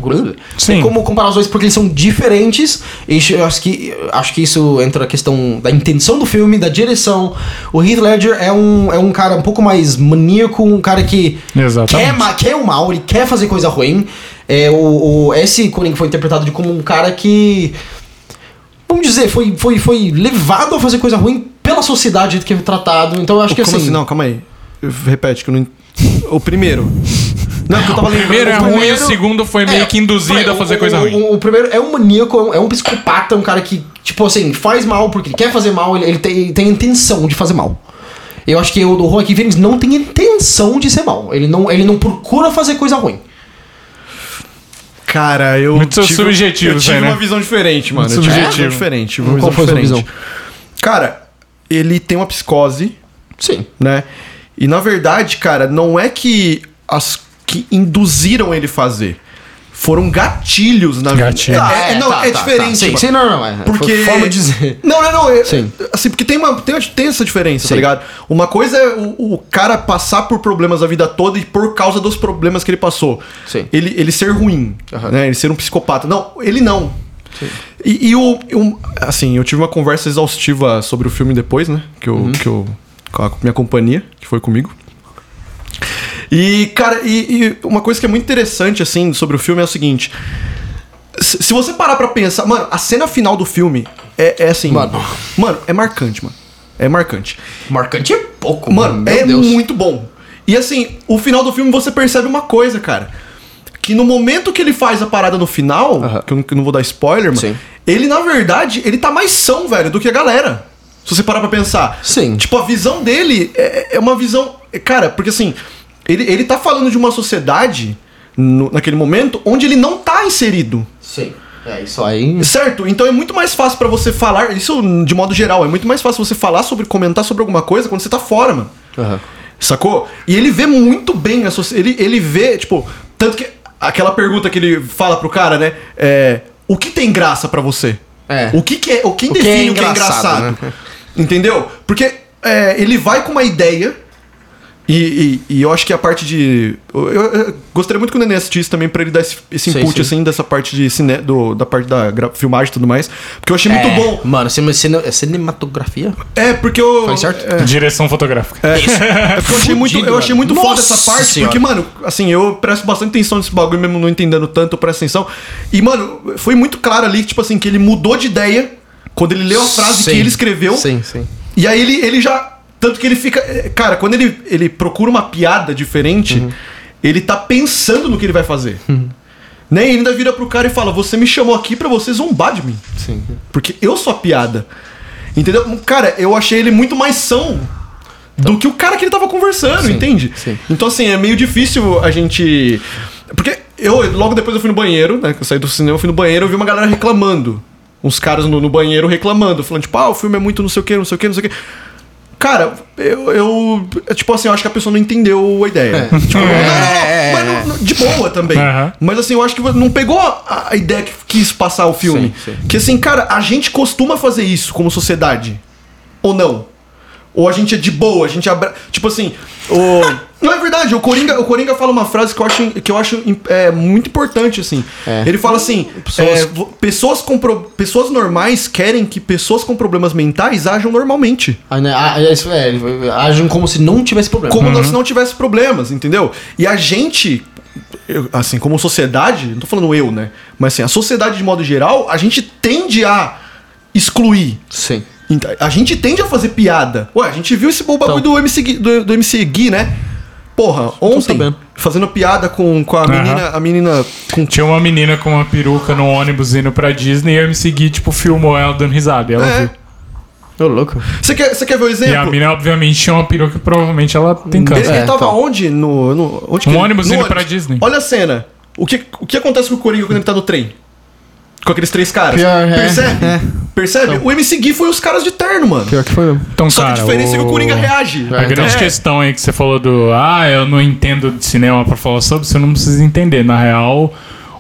Sim.
Tem como comparar os dois porque eles são diferentes. E eu acho que, acho que isso entra a questão da intenção do filme, da direção. O Heath Ledger é um, é um cara um pouco mais maníaco, um cara que
Exatamente.
quer, ma- quer o mal, ele quer fazer coisa ruim. É, o, o, esse Coringa foi interpretado de como um cara que. Vamos dizer, foi, foi, foi levado a fazer coisa ruim pela sociedade que é tratado. Então eu acho que
Como
assim.
assim? Não, calma aí. Eu- Repete que eu não. ent- O primeiro. Não, que eu tava
O primeiro é
lembrando.
ruim,
primeiro-
o segundo foi
É
meio que induzido
Falei,
a fazer
o-
coisa
o-
ruim.
O, o primeiro é um maníaco, é um, é um psicopata, um cara que, tipo assim, faz mal porque ele quer fazer mal, ele, ele tem, ele tem intenção de fazer mal. Eu acho que o do Joaquim Phoenix não tem intenção de ser mal. Ele não, ele não procura fazer coisa ruim.
Cara, eu.
Muito
tive-
subjetivo
Eu
isso
tive
aí, né?
uma visão diferente, mano.
Muito
eu tive uma
subjetivo.
visão diferente. tive Uma
Qual
visão
foi a sua
diferente. Cara, ele tem uma psicose.
Sim.
né? E na verdade, cara, não é que as que induziram ele fazer. Foram gatilhos na
Gatilhos.
vida. É, é, não,
tá,
é
tá,
diferente.
tá. Sim,
mano.
sim, não, não, é.
Porque.
Foi Forma de dizer.
Não, não, não. é-
Sim.
Assim, porque tem, uma, tem, uma- tem essa diferença,
Sim.
tá ligado? Uma coisa é o, o cara passar por problemas a vida toda e por causa dos problemas que ele passou.
Sim.
Ele, ele ser ruim,
Aham.
né? Ele ser um psicopata. Não, ele não. E, e o, eu- Assim, eu tive uma conversa exaustiva sobre o filme depois, né? Que eu,
Uhum.
que eu. Com a minha companhia, que foi comigo. E, cara, e, e uma coisa que é muito interessante, assim, sobre o filme é o seguinte. Se se você parar pra pensar, mano, a cena final do filme é, é assim.
Mano.
Mano, é marcante, mano. É marcante.
Marcante é pouco,
Mano,
Meu
é
Deus.
muito bom. E assim, o final do filme você percebe uma coisa, cara. Que no momento que ele faz a parada no final,
Aham.
que eu não- que eu não vou dar spoiler, mano,
Sim.
ele, na verdade, ele tá mais são, velho, do que a galera. Se você parar pra pensar.
Sim.
Tipo, a visão dele é, é uma visão. Cara, porque assim, ele, ele tá falando de uma sociedade, no- naquele momento, onde ele não tá inserido.
Sim. É isso aí.
Certo, então é muito mais fácil pra você falar, isso de modo geral, é muito mais fácil você falar sobre, comentar sobre alguma coisa quando você tá fora, mano.
Aham.
Sacou? E ele vê muito bem a soci- ele ele vê, tipo, tanto que aquela pergunta que ele fala pro cara, né, é o que tem graça pra você?
É.
O que que é, o quem
O que é
define o que é
engraçado, né?
engraçado? Entendeu? Porque é, ele vai com uma ideia e, e- e eu acho que a parte de. Eu, eu- eu gostaria muito que o Nenê assistisse também pra ele dar esse, esse
Sim,
input,
sim.
assim, dessa parte de cine, do- da parte da gra- filmagem e tudo mais. Porque eu achei
É,
muito bom.
Mano, cine, cine, é cinematografia?
É, porque eu.
Falei certo?
É,
Direção fotográfica.
é porque eu achei muito, eu achei muito
Fudido,
foda essa
mano.
parte,
Nossa
porque, mano, assim, eu presto bastante atenção nesse bagulho, mesmo não entendendo tanto, eu presto atenção. E, mano, foi muito claro ali, tipo assim, que ele mudou de ideia quando ele leu a frase
Sim.
que ele escreveu.
Sim, sim.
E aí ele, ele já. Tanto que ele fica. eh, Cara, quando ele, ele procura uma piada diferente,
Uhum.
ele tá pensando no que ele vai fazer. Né? E ele ainda vira pro cara e fala: Você me chamou aqui pra você zombar de mim.
Sim.
Porque eu sou a piada. Entendeu? Cara, eu achei ele muito mais são do que o cara que ele tava conversando,
Sim,
entende?
sim.
Então, assim, é meio difícil a gente. Porque eu, logo depois eu fui no banheiro, né? que Eu saí do cinema, eu fui no banheiro eu vi uma galera reclamando. Uns caras no, no banheiro reclamando, falando, tipo, ah, o filme é muito não sei o que, não sei o que, não sei o que. Cara, eu, eu. é Tipo assim, eu acho que a pessoa não entendeu a ideia.
É.
Tipo, não, não, não, mas não- não- de boa também.
Aham.
Mas assim, eu acho que não pegou a, a ideia que quis passar o filme.
Sim, sim.
Que assim, cara, a gente costuma fazer isso como sociedade. Ou não? Ou a gente é de boa, a gente abra... Tipo assim, o... Não é verdade, o Coringa, o Coringa fala uma frase que eu acho, que eu acho é, muito importante, assim.
É.
Ele fala assim,
Pessoas-
é, vo- pessoas, com pro- pessoas normais querem que pessoas com problemas mentais ajam normalmente.
Ah, né, ah, é isso, é, ele- agem como se não tivesse problema.
Como se não tivesse problemas, entendeu? E a gente, eu- assim, como sociedade, não tô falando eu, né? Mas assim, a sociedade de modo geral, a gente tende a excluir.
Sim.
Então, a gente tende a fazer piada. Ué, a gente viu esse bom bagulho
Então.
do, MC, Gui- do, do MC Gui, né? Porra, ontem,
sabendo.
fazendo piada com, com a
Aham.
menina. A menina com.
Tinha uma menina com uma peruca no ônibus indo pra Disney e eu me segui, tipo, filmou ela dando risada. E ela
É.
viu.
Ô, louco.
Você quer, você quer ver o exemplo?
E a menina, obviamente, tinha uma peruca que provavelmente ela tem
Ele,
câncer.
ele
É,
tava
então.
onde? No, no, onde
Um
ele-
ônibus
no
indo pra Disney.
Olha a cena. O que, o que acontece com o Coringa quando ele tá no trem? Com aqueles três caras.
Pior, é,
Percebe?
é.
Percebe? O MC Gui foi os caras de terno, mano.
Pior que foi mesmo.
Então,
Só que
cara,
a diferença é que o Coringa reage.
A
É,
grande
É.
questão aí que você falou do ah, eu não entendo de cinema pra falar sobre, você não precisa entender. Na real,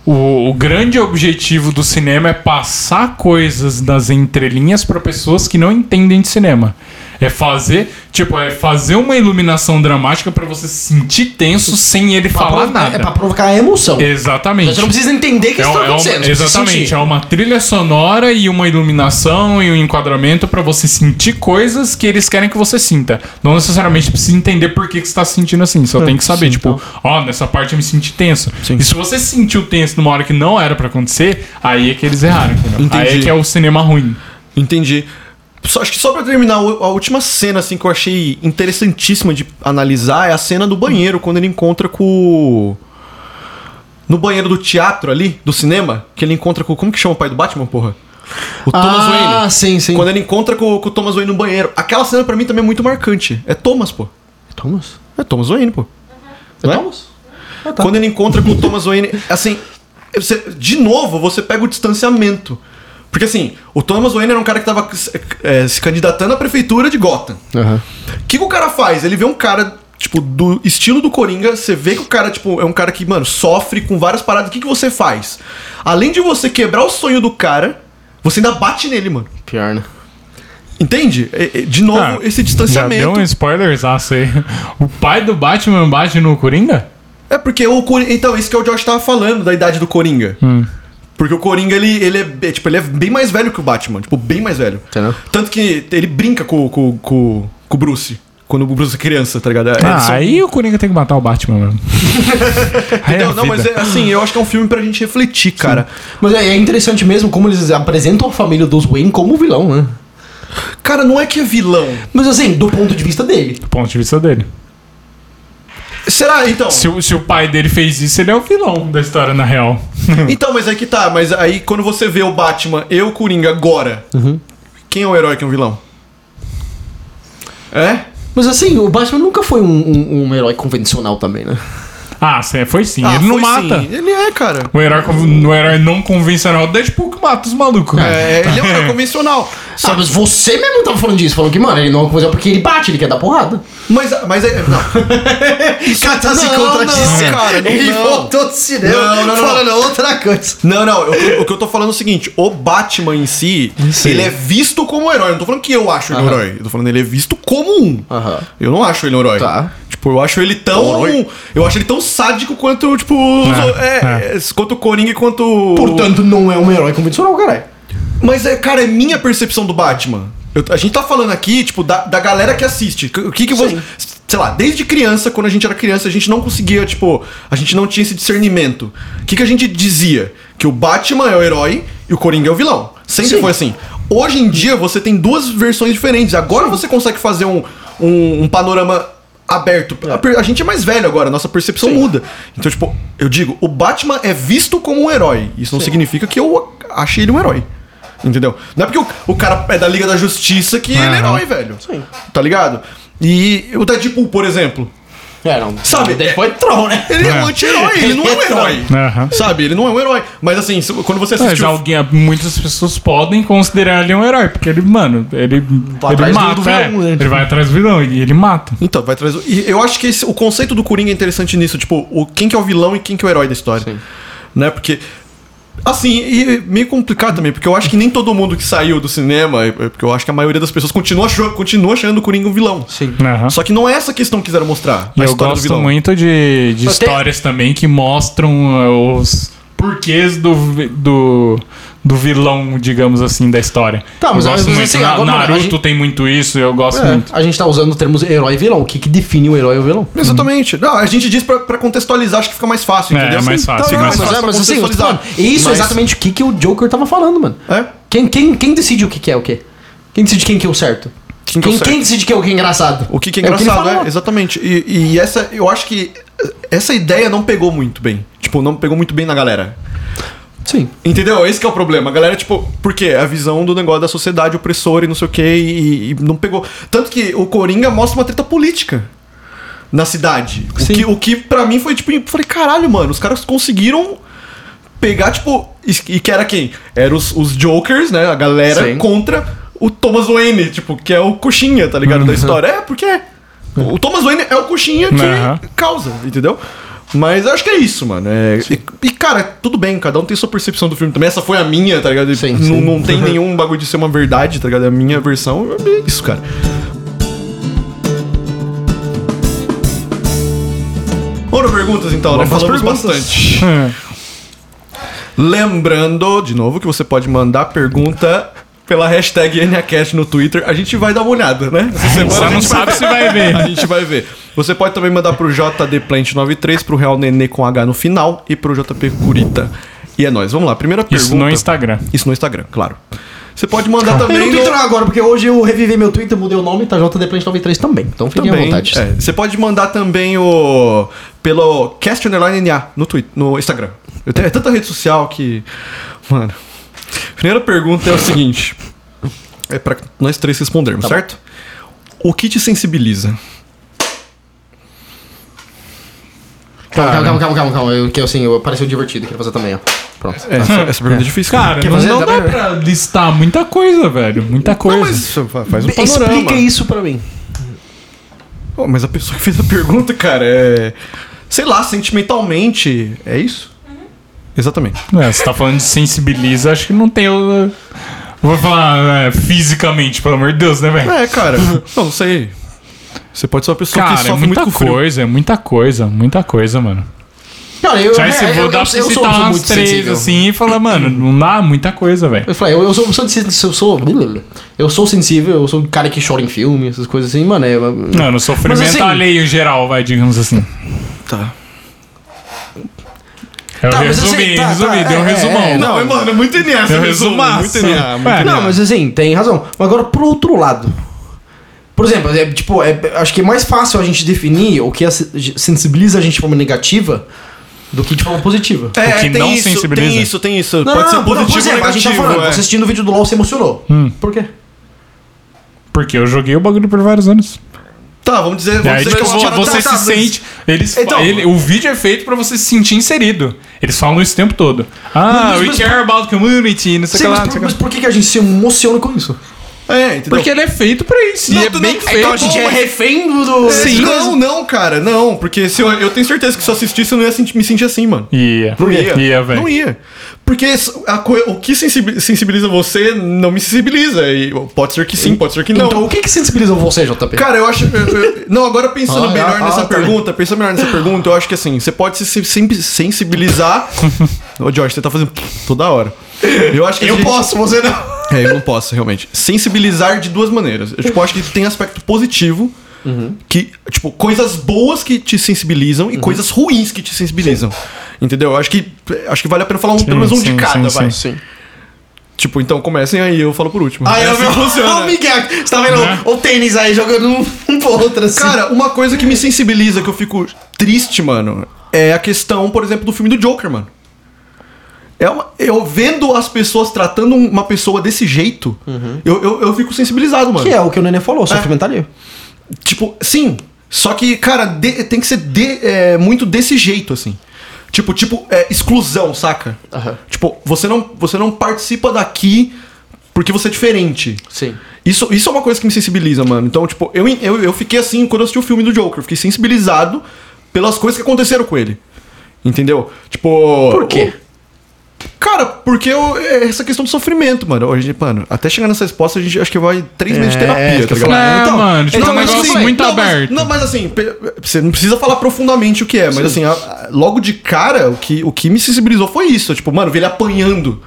o, o grande objetivo do cinema é passar coisas nas entrelinhas pra pessoas que não entendem de cinema. É fazer, tipo, é fazer uma iluminação dramática pra você se sentir tenso sem ele
Pra
falar
provocar-
nada.
É pra provocar a emoção.
Exatamente.
Você não precisa entender o que
É,
está
um- é uma,
acontecendo. você precisa
exatamente,
sentir.
um
é uma trilha sonora e uma iluminação e um enquadramento pra você sentir coisas que eles querem que você sinta. Não necessariamente precisa entender por que, que você tá se sentindo assim, só tem que saber,
sim,
tipo, ó, nessa parte eu me senti tenso.
Sim.
E se você se sentiu tenso numa hora que não era pra acontecer, aí é que eles erraram, entendeu?
Entendi.
Aí é que é o cinema ruim.
Entendi. Só- acho que só pra terminar, o- a última cena assim que eu achei interessantíssima de analisar é a cena do banheiro, quando ele encontra com. o- No banheiro do teatro ali, do cinema, que ele encontra com. Como que chama o pai do Batman, porra? O Thomas
Ah,
Wayne.
sim, sim.
Quando ele encontra com, com o Thomas Wayne no banheiro. Aquela cena pra mim também é muito marcante. É Thomas, pô.
Thomas?
É Thomas Wayne, pô.
É
Não é?
Thomas? Tá.
Quando ele encontra com o Thomas Wayne, assim, você- de novo, você pega o distanciamento. Porque assim, o Thomas Wayne era um cara que tava eh, se candidatando à prefeitura de Gotham.
Aham.
O que, que o cara faz? Ele vê um cara, tipo, do estilo do Coringa, você vê que o cara, tipo, é um cara que, mano, sofre com várias paradas. O que, que você faz? Além de você quebrar o sonho do cara, você ainda bate nele, mano.
Pior, né?
Entende? É- é, De novo,
Ah,
esse
Já
distanciamento.
deu um spoiler aí. O pai do Batman bate no Coringa?
É porque o Coringa. Então, isso que o Josh tava falando da idade do Coringa.
Hum.
Porque o Coringa, ele, ele, é, be- tipo, ele é bem mais velho que o Batman. Tipo, bem mais velho.
Entendeu?
Tanto que ele brinca com, com, com, com o Bruce. Quando o Bruce é criança, tá ligado? É, eles
Ah,
são-
aí o Coringa tem que matar o Batman mesmo. Aí é
Entendeu?
a
não, mas
vida.
é, assim, eu acho que é um filme pra gente refletir, cara.
Mas é, é interessante mesmo como eles apresentam a família dos Wayne como vilão, né?
Cara, não é que é vilão.
Mas assim, do ponto de vista dele.
é-
Do ponto de vista dele.
Será, então?
Se, o- se o pai dele fez isso, ele é o vilão da história, na real.
Então, mas aí que tá. Mas aí, quando você vê o Batman e o Coringa agora, quem é o herói que é um vilão? É?
Mas assim, o Batman nunca foi um, um- um herói convencional também, né?
Ah, cê- foi sim.
Ah,
ele não
foi
mata.
sim. Ele é, cara.
O herói, con- o herói não convencional é o Deadpool que mata os malucos. É.
É, ele é um herói convencional.
Ah, mas você mesmo tava falando disso, falando que, mano, ele não é um convencional porque ele bate, ele quer dar porrada.
Mas, mas é. Não. Isso tá
Não,
Não, cara, não,
ele
não.
voltou do cinema
Não, não, não.
falando outra coisa.
Não, não, eu- o que eu tô falando é o seguinte: o Batman em si,
Sim.
ele é visto como um herói. Eu não tô falando que eu acho ele um
Aham.
herói. Eu tô falando ele é visto como um.
Aham.
Eu não acho ele um herói.
Tá.
Tipo, eu acho ele tão.
Herói?
Eu acho ele tão sádico quanto, tipo. os-
É,
é, é, quanto o Coringa e quanto.
Portanto, não é um herói convencional, caralho.
Mas, é, cara, é minha percepção do Batman. Eu- a gente tá falando aqui, tipo, da, da galera que assiste. O que que você. Sei lá, desde criança, quando a gente era criança, a gente não conseguia, tipo, a gente não tinha esse discernimento. O que que a gente dizia? Que o Batman é o herói e o Coringa é o vilão. Sempre
Sim.
foi assim. Hoje em dia você tem duas versões diferentes. Agora você consegue fazer um, um, um panorama aberto. A, per- a gente é mais velho agora, a nossa percepção muda. Então, tipo, eu digo, o Batman é visto como um herói. Isso não significa que eu achei ele um herói. Entendeu? Não é porque o, o cara é da Liga da Justiça que ele é
Aham.
herói, velho. Sim. Tá ligado? E o Deadpool, por exemplo.
É, não.
Sabe?
Depois é Tron, né?
Ele é,
É.
um anti-herói, ele não é um herói.
Aham. É,
Sabe? Ele não é um herói. Mas assim, se- quando você
Mas
assiste o
alguém, muitas pessoas podem considerar ele um herói, porque ele, mano, ele, ele
Tá atrás do-
mata.
do
é.
vilão, né?
Ele vai atrás do vilão e ele mata.
Então, vai trazer. E eu acho que esse- o conceito do Coringa é interessante nisso, tipo, o, quem que é o vilão e quem que é o herói da história. Né? Porque. Assim, e e meio complicado também, porque eu acho que nem todo mundo que saiu do cinema, é- é porque eu acho que a maioria das pessoas continua, achando- continua achando o Coringa um vilão.
Sim.
Aham.
Só que não é essa questão que quiseram mostrar.
E eu gosto muito de, de
Só tem-
histórias também que mostram uh, os porquês do, vi- do, do vilão, digamos assim, da história.
Tá, mas
eu gosto
às vezes
muito.
assim,
Na-
agora, mano, a
Naruto
gente-
tem muito isso, eu gosto
É,
muito.
a gente tá usando o termo herói e vilão. O que, que define o herói e o vilão?
Exatamente. Não, a gente diz pra, pra contextualizar, acho que fica mais fácil,
É,
entendeu?
é mais
Assim,
fácil,
tá,
mais
não,
fácil.
pra contextualizar.
isso é
Mas-
exatamente o que, que o Joker tava falando, mano.
É?
Quem, quem, quem decide o que, que é o quê? Quem decide quem que é o certo? Quem,
Quem que é o certo?
quem decide que é o que é engraçado?
O que, que é
É o que ele
engraçado,
falou.
é, exatamente. E, e essa, eu acho que essa ideia não pegou muito bem. Tipo, não pegou muito bem na galera.
Sim.
Entendeu? Esse que é o problema. A galera, tipo, por quê? A visão do negócio da sociedade opressora e não sei o quê, e, e não pegou. Tanto que o Coringa mostra uma treta política na cidade. O
Sim.
que, o que pra mim foi, tipo, eu falei, caralho, mano, os caras conseguiram pegar, tipo, e, e que era quem? Era os, os Jokers, né? A galera
Sim.
contra o Thomas Wayne, tipo, que é o coxinha, tá
Uhum.
ligado? Da história. É, porque é. O Thomas Wayne é o coxinha que
Aham.
causa, entendeu? Mas eu acho que é isso, mano. É, e, e, cara, tudo bem, cada um tem sua percepção do filme também. Essa foi a minha, tá ligado?
Sim,
não,
sim.
não tem nenhum bagulho de ser uma verdade, tá ligado? É a minha versão. É isso, cara. perguntas então,
Vamos
né?
pras
Falamos
perguntas.
bastante.
É.
Lembrando, de novo, que você pode mandar pergunta pela hashtag NACast no Twitter. A gente vai dar uma olhada, né? Essa semana
Você
a
não
gente vai-
sabe se vai ver.
A gente vai ver. Você pode também mandar pro JDPlant93, pro Real Nenê com H no final e pro JP Curita. E é nóis. Vamos lá, primeira pergunta.
Isso no Instagram.
Isso no Instagram, claro. Você pode mandar
Eu
também
não
no...
Twitter agora, porque hoje eu revivi meu Twitter, mudei o nome, tá JDPlant93 também. Então fiquem à
Também,
vontade.
é. Você pode mandar também o. pelo Cast Underline NA no, Twitter, no Instagram. Eu tenho é tanta rede social que. Mano. Primeira pergunta é o seguinte. É pra nós três respondermos,
Tá bom.
certo? O que te sensibiliza?
Calma, calma,
tá.
calma, calma, calma, calma. Eu, que assim, eu, pareceu divertido, queria fazer também, ó. Pronto.
Essa, essa pergunta é difícil.
Cara,
Quer
não,
fazer?
não
Dá
dá
pra-
pra listar muita coisa, velho. Muita coisa.
mas fa- faz um panorama.
Explica isso pra mim.
Pô, mas a pessoa que fez a pergunta, cara, é. Sei lá, sentimentalmente. É isso?
Uhum.
Exatamente.
É, você tá falando de sensibiliza, acho que não tem. Eu vou falar é, fisicamente, pelo amor de Deus, né, velho?
É, cara. não, não sei. Você pode ser uma pessoa que
Cara, é
sofre muito
muita
com frio.
coisa, é muita coisa, muita coisa, mano.
Cara, eu,
Já se
eu-
vou
eu-
dar
eu-
pra você
eu sou-
citar
sou
umas
muito
três
sensível.
assim e falar, mano, não dá muita coisa, velho.
Eu falei, eu, eu sou, eu sou sensível, eu sou, eu sou sensível, eu sou um cara que chora em filme, essas coisas assim, mano. É,
Não, no sofrimento tá
Mas assim-
alheio em geral, vai, digamos assim.
Tá.
Eu
Tá, mas
resumi,
assim, tá,
resumi,
tá,
deu um
é,
resumão.
é,
Não,
Não,
é, mano, é muito NA essa
Deu um
resumar.
resumaço.
Muito NA.
É,
Não, mas assim, tem razão. Mas agora, pro outro lado. Por exemplo, é, tipo, é- acho que é mais fácil a gente definir o que a se- sensibiliza a gente de forma negativa do que de forma positiva.
É, O que não sensibiliza.
É, Tem isso, tem isso. É, pode ser positivo
por exemplo,
ou
a gente tá
negativo.
falando,
é. Hum.
você assistindo o vídeo do LOL, você emocionou. Por quê?
Porque eu joguei o bagulho por vários anos.
Tá, vamos dizer,
E
vamos
aí,
dizer
tipo,
que eu
você,
tiro- tá,
se
tá,
sente. Eles,
Então-
ele- o vídeo é feito pra você se sentir inserido. Eles falam isso o tempo todo. Ah,
Mas-
we
mas-
care about community, não sei o
Sim,
que lá.
mas,
não
por,
tá
sei o que lá.
mas por que que a gente se emociona com isso?
É, entendeu?
Porque ele é feito pra isso.
Não,
e é
tu
bem
não-
feito.
então a gente é
refém do. do
Sim, não, não, cara, não. Porque se eu, eu tenho certeza que se eu assistisse, eu não ia sentir- me sentir assim, mano.
Ia.
Não ia.
Ia,
Não
velho.
ia. Porque s- a coi- o que sensibi- sensibiliza você não me sensibiliza. E pode ser que sim, pode ser que não.
Então, o que que sensibiliza você, JP?
Cara, eu acho. eu- eu- não, agora pensando
Ah,
melhor
ah,
nessa
ah, tá.
pergunta, pensando melhor nessa pergunta, eu acho que assim, você pode se se- sem- sensibilizar. Ô, Josh, você tá fazendo toda hora. Eu acho que a gente-
você não.
É, eu não posso, realmente. Sensibilizar de duas maneiras. Eu tipo, acho que tem aspecto positivo.
Uhum.
Que, tipo, coisas boas que te sensibilizam e coisas ruins que te sensibilizam. Entendeu? Eu Acho que, acho que vale a pena falar um, pelo menos um de
sim,
cada,
sim,
vai.
sim.
Tipo, então comecem aí, eu falo por último.
Ah,
Aí
É
eu
assim que
Ô, Miguel, você tá vendo
Né?
o, o tênis aí jogando um, um pro outro assim.
Cara, uma coisa que me sensibiliza, que eu fico triste, mano, é a questão, por exemplo, do filme do Joker, mano. É uma- eu vendo as pessoas tratando uma pessoa desse jeito,
Uhum.
eu, eu, eu fico sensibilizado, mano.
que é o que o Nenê falou, sofrimento alheio.
Tipo, sim. Só que, cara, de- tem que ser de- é, muito desse jeito, assim. Tipo, tipo, é, exclusão, saca?
Aham.
Tipo, você não, você não participa daqui porque você é diferente.
Sim.
Isso, isso é uma coisa que me sensibiliza, mano. Então, tipo, eu, eu, eu fiquei assim quando eu assisti o filme do Joker. Eu fiquei sensibilizado pelas coisas que aconteceram com ele. Entendeu? Tipo.
Por quê?
o- cara, porque eu- é essa questão do sofrimento, mano. Hoje, mano, até chegar nessa resposta, a gente acho que vai três meses de
É,
terapia,
isso que eu
tá
ia
ligado?
falar.
É,
Então,
mano, tipo,
então,
é um
mas
negócio
assim,
muito
não, mas-
aberto.
não, mas assim, pe- você não precisa falar profundamente o que é, mas assim, a- a- logo de cara, o que, o que me sensibilizou foi isso. Tipo, mano, ver ele apanhando.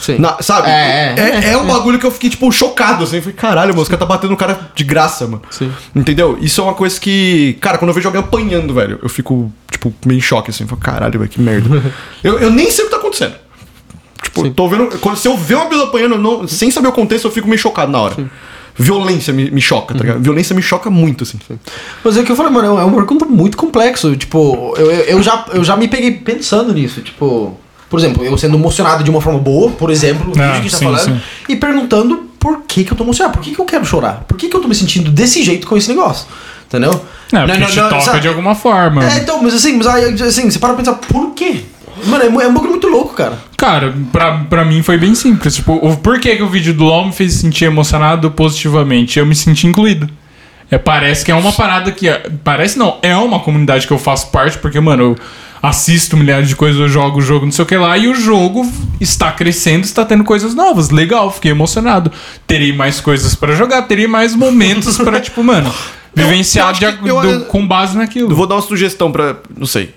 Sim.
Na- sabe?
É, é.
é um bagulho que eu fiquei, tipo, chocado, assim. Falei, caralho, mano, os caras tá batendo no cara de graça, mano.
Sim.
Entendeu? Isso é uma coisa que, cara, quando eu vejo alguém apanhando, velho, eu fico, tipo, meio em choque, assim. Falei, caralho, velho, que merda. eu, eu nem sei o que tá acontecendo. Tipo, eu tô vendo. Quando, se eu ver uma pessoa apanhando, eu não- sem saber o contexto, eu fico meio chocado na hora. Violência me, me choca, tá
Uhum.
ligado? Violência me choca muito, assim.
Mas é o que eu falei, mano, é um pergunta muito complexo. Tipo, eu, eu, eu já, eu já me peguei pensando nisso. Tipo, por exemplo, eu sendo emocionado de uma forma boa, por exemplo, do que a
Ah,
gente tá
sim,
falando,
sim.
e perguntando por que, que eu tô emocionado, por que, que eu quero chorar, por que, que eu tô me sentindo desse jeito com esse negócio, entendeu?
É, porque te toca
sabe?
de alguma forma.
É, então, mas assim, mas aí, assim, você para pra pensar por quê? Mano, é, mu- é um bagulho muito louco, cara.
Cara, pra, pra mim foi bem simples. Tipo, o, por que, que o vídeo do LOL me fez sentir emocionado positivamente? Eu me senti incluído. É, parece que é uma parada que. é- Parece não, é uma comunidade que eu faço parte, porque, mano, eu assisto milhares de coisas, eu jogo o jogo, não sei o que lá, e o jogo está crescendo, está tendo coisas novas. Legal, fiquei emocionado. Terei mais coisas pra jogar, terei mais momentos pra, tipo, mano,
Eu- eu
vivenciar
acho
de
que
ac-
eu-
do- com base naquilo.
Eu vou dar uma sugestão pra. Não sei.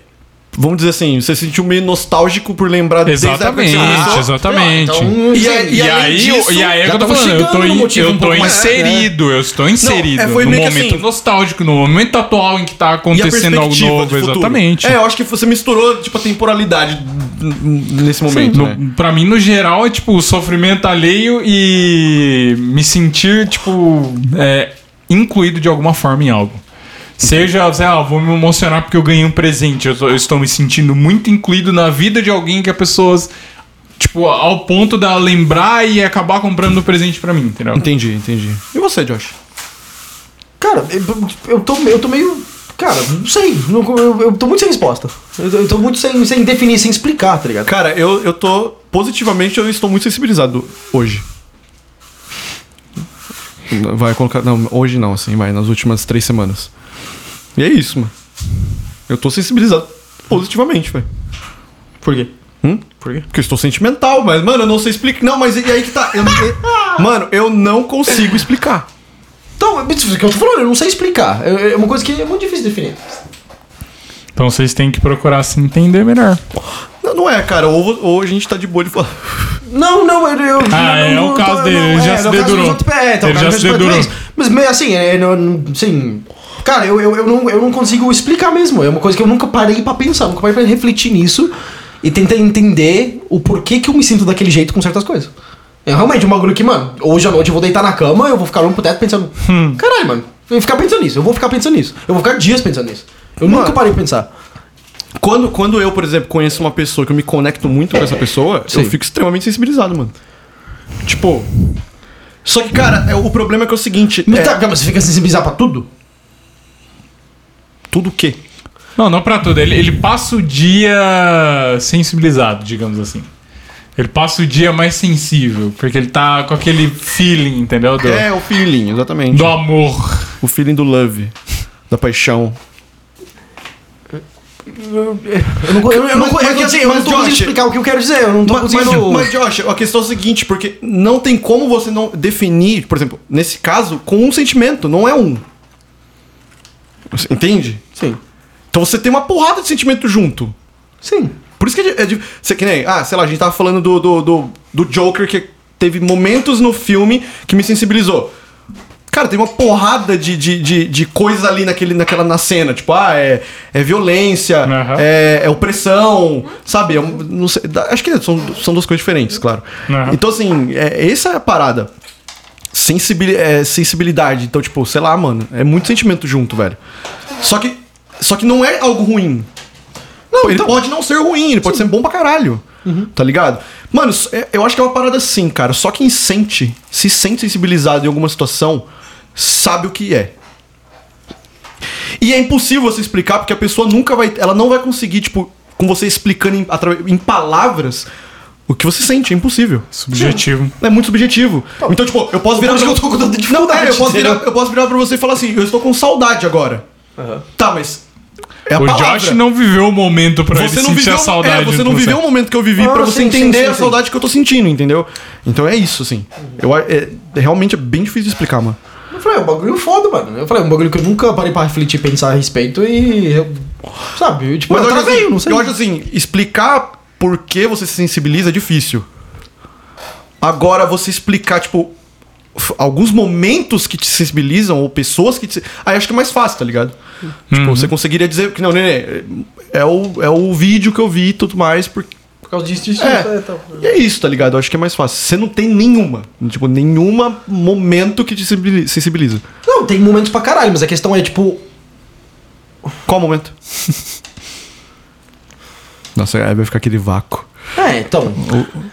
Vamos dizer assim, você se sentiu meio nostálgico por lembrar desde a época que você
Exatamente,
Ah,
começou.
exatamente.
Então,
E
e,
aí-
E,
além
aí,
disso,
e aí é
já
que eu tô
tamo
falando, eu
chegando
tô,
no
in-
motivo um
eu tô
pouco mais-
inserido, eu estou inserido
é, foi
no
meio que
momento
assim-
nostálgico, no momento atual em que tá
E a
acontecendo algo
perspectiva
novo,
de futuro.
exatamente.
É, eu acho que você misturou, tipo, a temporalidade n- n- nesse
Sim,
momento,
no,
né?
Pra mim, no geral, é tipo o sofrimento alheio e me sentir, tipo, é, incluído de alguma forma em algo. Seja, sei lá, vou me emocionar porque eu ganhei um presente. Eu, tô- eu estou me sentindo muito incluído na vida de alguém que as pessoas, tipo, ao ponto da lembrar e acabar comprando um presente pra mim, entendeu?
Entendi, entendi. E você, Josh?
Cara, eu- eu tô, eu tô meio. Cara, não sei. não- Eu, eu tô muito sem resposta. Eu, tô- eu tô muito sem, sem definir, sem explicar, tá ligado?
Cara, eu, eu tô. Positivamente, eu estou muito sensibilizado hoje. Vai colocar. Não, hoje não, assim, vai, nas últimas três semanas. E é isso, mano. Eu tô sensibilizado positivamente, velho.
Por quê?
Hum?
Por quê?
Porque eu estou sentimental, mas, mano, eu não sei explicar. Não, mas e aí que tá. Eu não- eu- mano, eu não consigo explicar.
Então, é isso que eu tô falando, eu não sei explicar. É é uma coisa que é muito difícil de definir.
Então vocês têm que procurar se entender melhor.
Não, não é, cara. Ou, ou a gente tá de boa de falar.
Não, não, eu. eu
Ah,
não,
é
não,
o
eu
caso dele, ele
não,
já
é,
se
no caso
dedurou.
do outro- É, então,
Ele
o cara
já se
fez
dedurou.
isso. Mas meio assim, é, não- não- assim. Cara, eu, eu, eu, não, eu não consigo explicar mesmo. É uma coisa que eu nunca parei pra pensar, nunca parei pra refletir nisso e tentar entender o porquê que eu me sinto daquele jeito com certas coisas. É realmente um bagulho que, mano, hoje à noite eu vou deitar na cama, eu vou ficar olhando pro teto pensando.
Hum.
Caralho, mano, eu vou ficar pensando nisso, eu vou ficar pensando nisso, eu vou ficar dias pensando nisso. Eu nunca parei pra pensar.
Quando, quando eu, por exemplo, conheço uma pessoa que eu me conecto muito com essa pessoa,
Sim.
eu fico extremamente sensibilizado, mano. Tipo. Só que, cara, é, o problema é que é o seguinte.
Mas
é,
tá, calma, você fica sensibilizado pra tudo?
Tudo o quê?
Não, não pra tudo. Ele, ele passa o dia sensibilizado, digamos assim. Ele passa o dia mais sensível, porque ele tá com aquele feeling, entendeu? Do,
É o feeling, exatamente.
do amor.
O feeling do love. Da paixão.
Eu não, eu, eu não,
Mas- mas-
é que, assim, eu
mas,
não tô conseguindo
Josh,
explicar o que eu quero dizer, eu não tô
Mas, mas,
conseguindo.
mas, Josh, a questão é a seguinte, porque não tem como você não definir, por exemplo, nesse caso, com um sentimento, não é um. Você entende?
Sim.
Então você tem uma porrada de sentimento junto.
Sim.
Por isso que é de- é de. Você que nem. Ah, sei lá, a gente tava falando do, do, do, do Joker que teve momentos no filme que me sensibilizou. Cara, tem uma porrada de, de, de, de coisas ali naquele, naquela, na cena. Tipo, ah, é, é violência,
Aham.
é, é opressão, sabe? É um- não sei, dá- acho que são, são duas coisas diferentes, claro.
Aham.
Então, assim, é, essa é a parada. Sensibili- é, sensibilidade. Então, tipo, sei lá, mano. É muito sentimento junto, velho. Só que, só que não é algo ruim. Não, ele pode não ser ruim, ele pode ser bom pra caralho. Tá ligado? Mano, s- é- eu acho que é uma parada assim, cara. Só quem sente, se sente sensibilizado em alguma situação, sabe o que é. E é impossível você explicar, porque a pessoa nunca vai. Ela não vai conseguir, tipo, com você explicando em, atra- em palavras o que você sente. É impossível.
Subjetivo.
É muito subjetivo. Então, tipo, eu posso virar.
Por isso
pra-
que eu tô com tanta
Não,
dificuldade,
é, eu posso,
entendeu?
virar, eu posso virar pra você e falar assim: eu estou com saudade agora. Tá, mas. É a
o
palavra.
Josh não viveu o momento pra
Você
ele
não,
sentir
viveu,
a saudade.
é, você
do
não viveu o
processo.
momento que eu vivi
Ah,
pra você
sim, sim,
entender
sim,
a
sim.
saudade que eu tô sentindo, entendeu? Então é isso, assim. Eu, é, é- realmente é bem difícil de explicar, mano.
Eu falei, é um bagulho foda, mano. Eu falei, é um bagulho que eu nunca parei pra refletir, pensar a respeito e. Eu, sabe, eu, tipo,
Mas
eu
eu, acho
travei,
assim,
eu não sei.
eu acho assim, explicar por que você se sensibiliza é difícil. Agora, você explicar, tipo, f- alguns momentos que te sensibilizam ou pessoas que te. Aí acho que é mais fácil, tá ligado? Tipo, você conseguiria dizer que não, Nenê, é o, é o vídeo que eu vi e tudo mais, porque.
Por causa disso, disso,
É.
disso, é, tal.
E é isso, tá ligado? Eu acho que é mais fácil. Você não tem nenhuma, tipo, nenhuma momento que te sensibili- sensibiliza.
Não, tem momentos pra caralho, mas a questão é, tipo.
Qual momento? Nossa, aí vai ficar aquele vácuo.
É, então.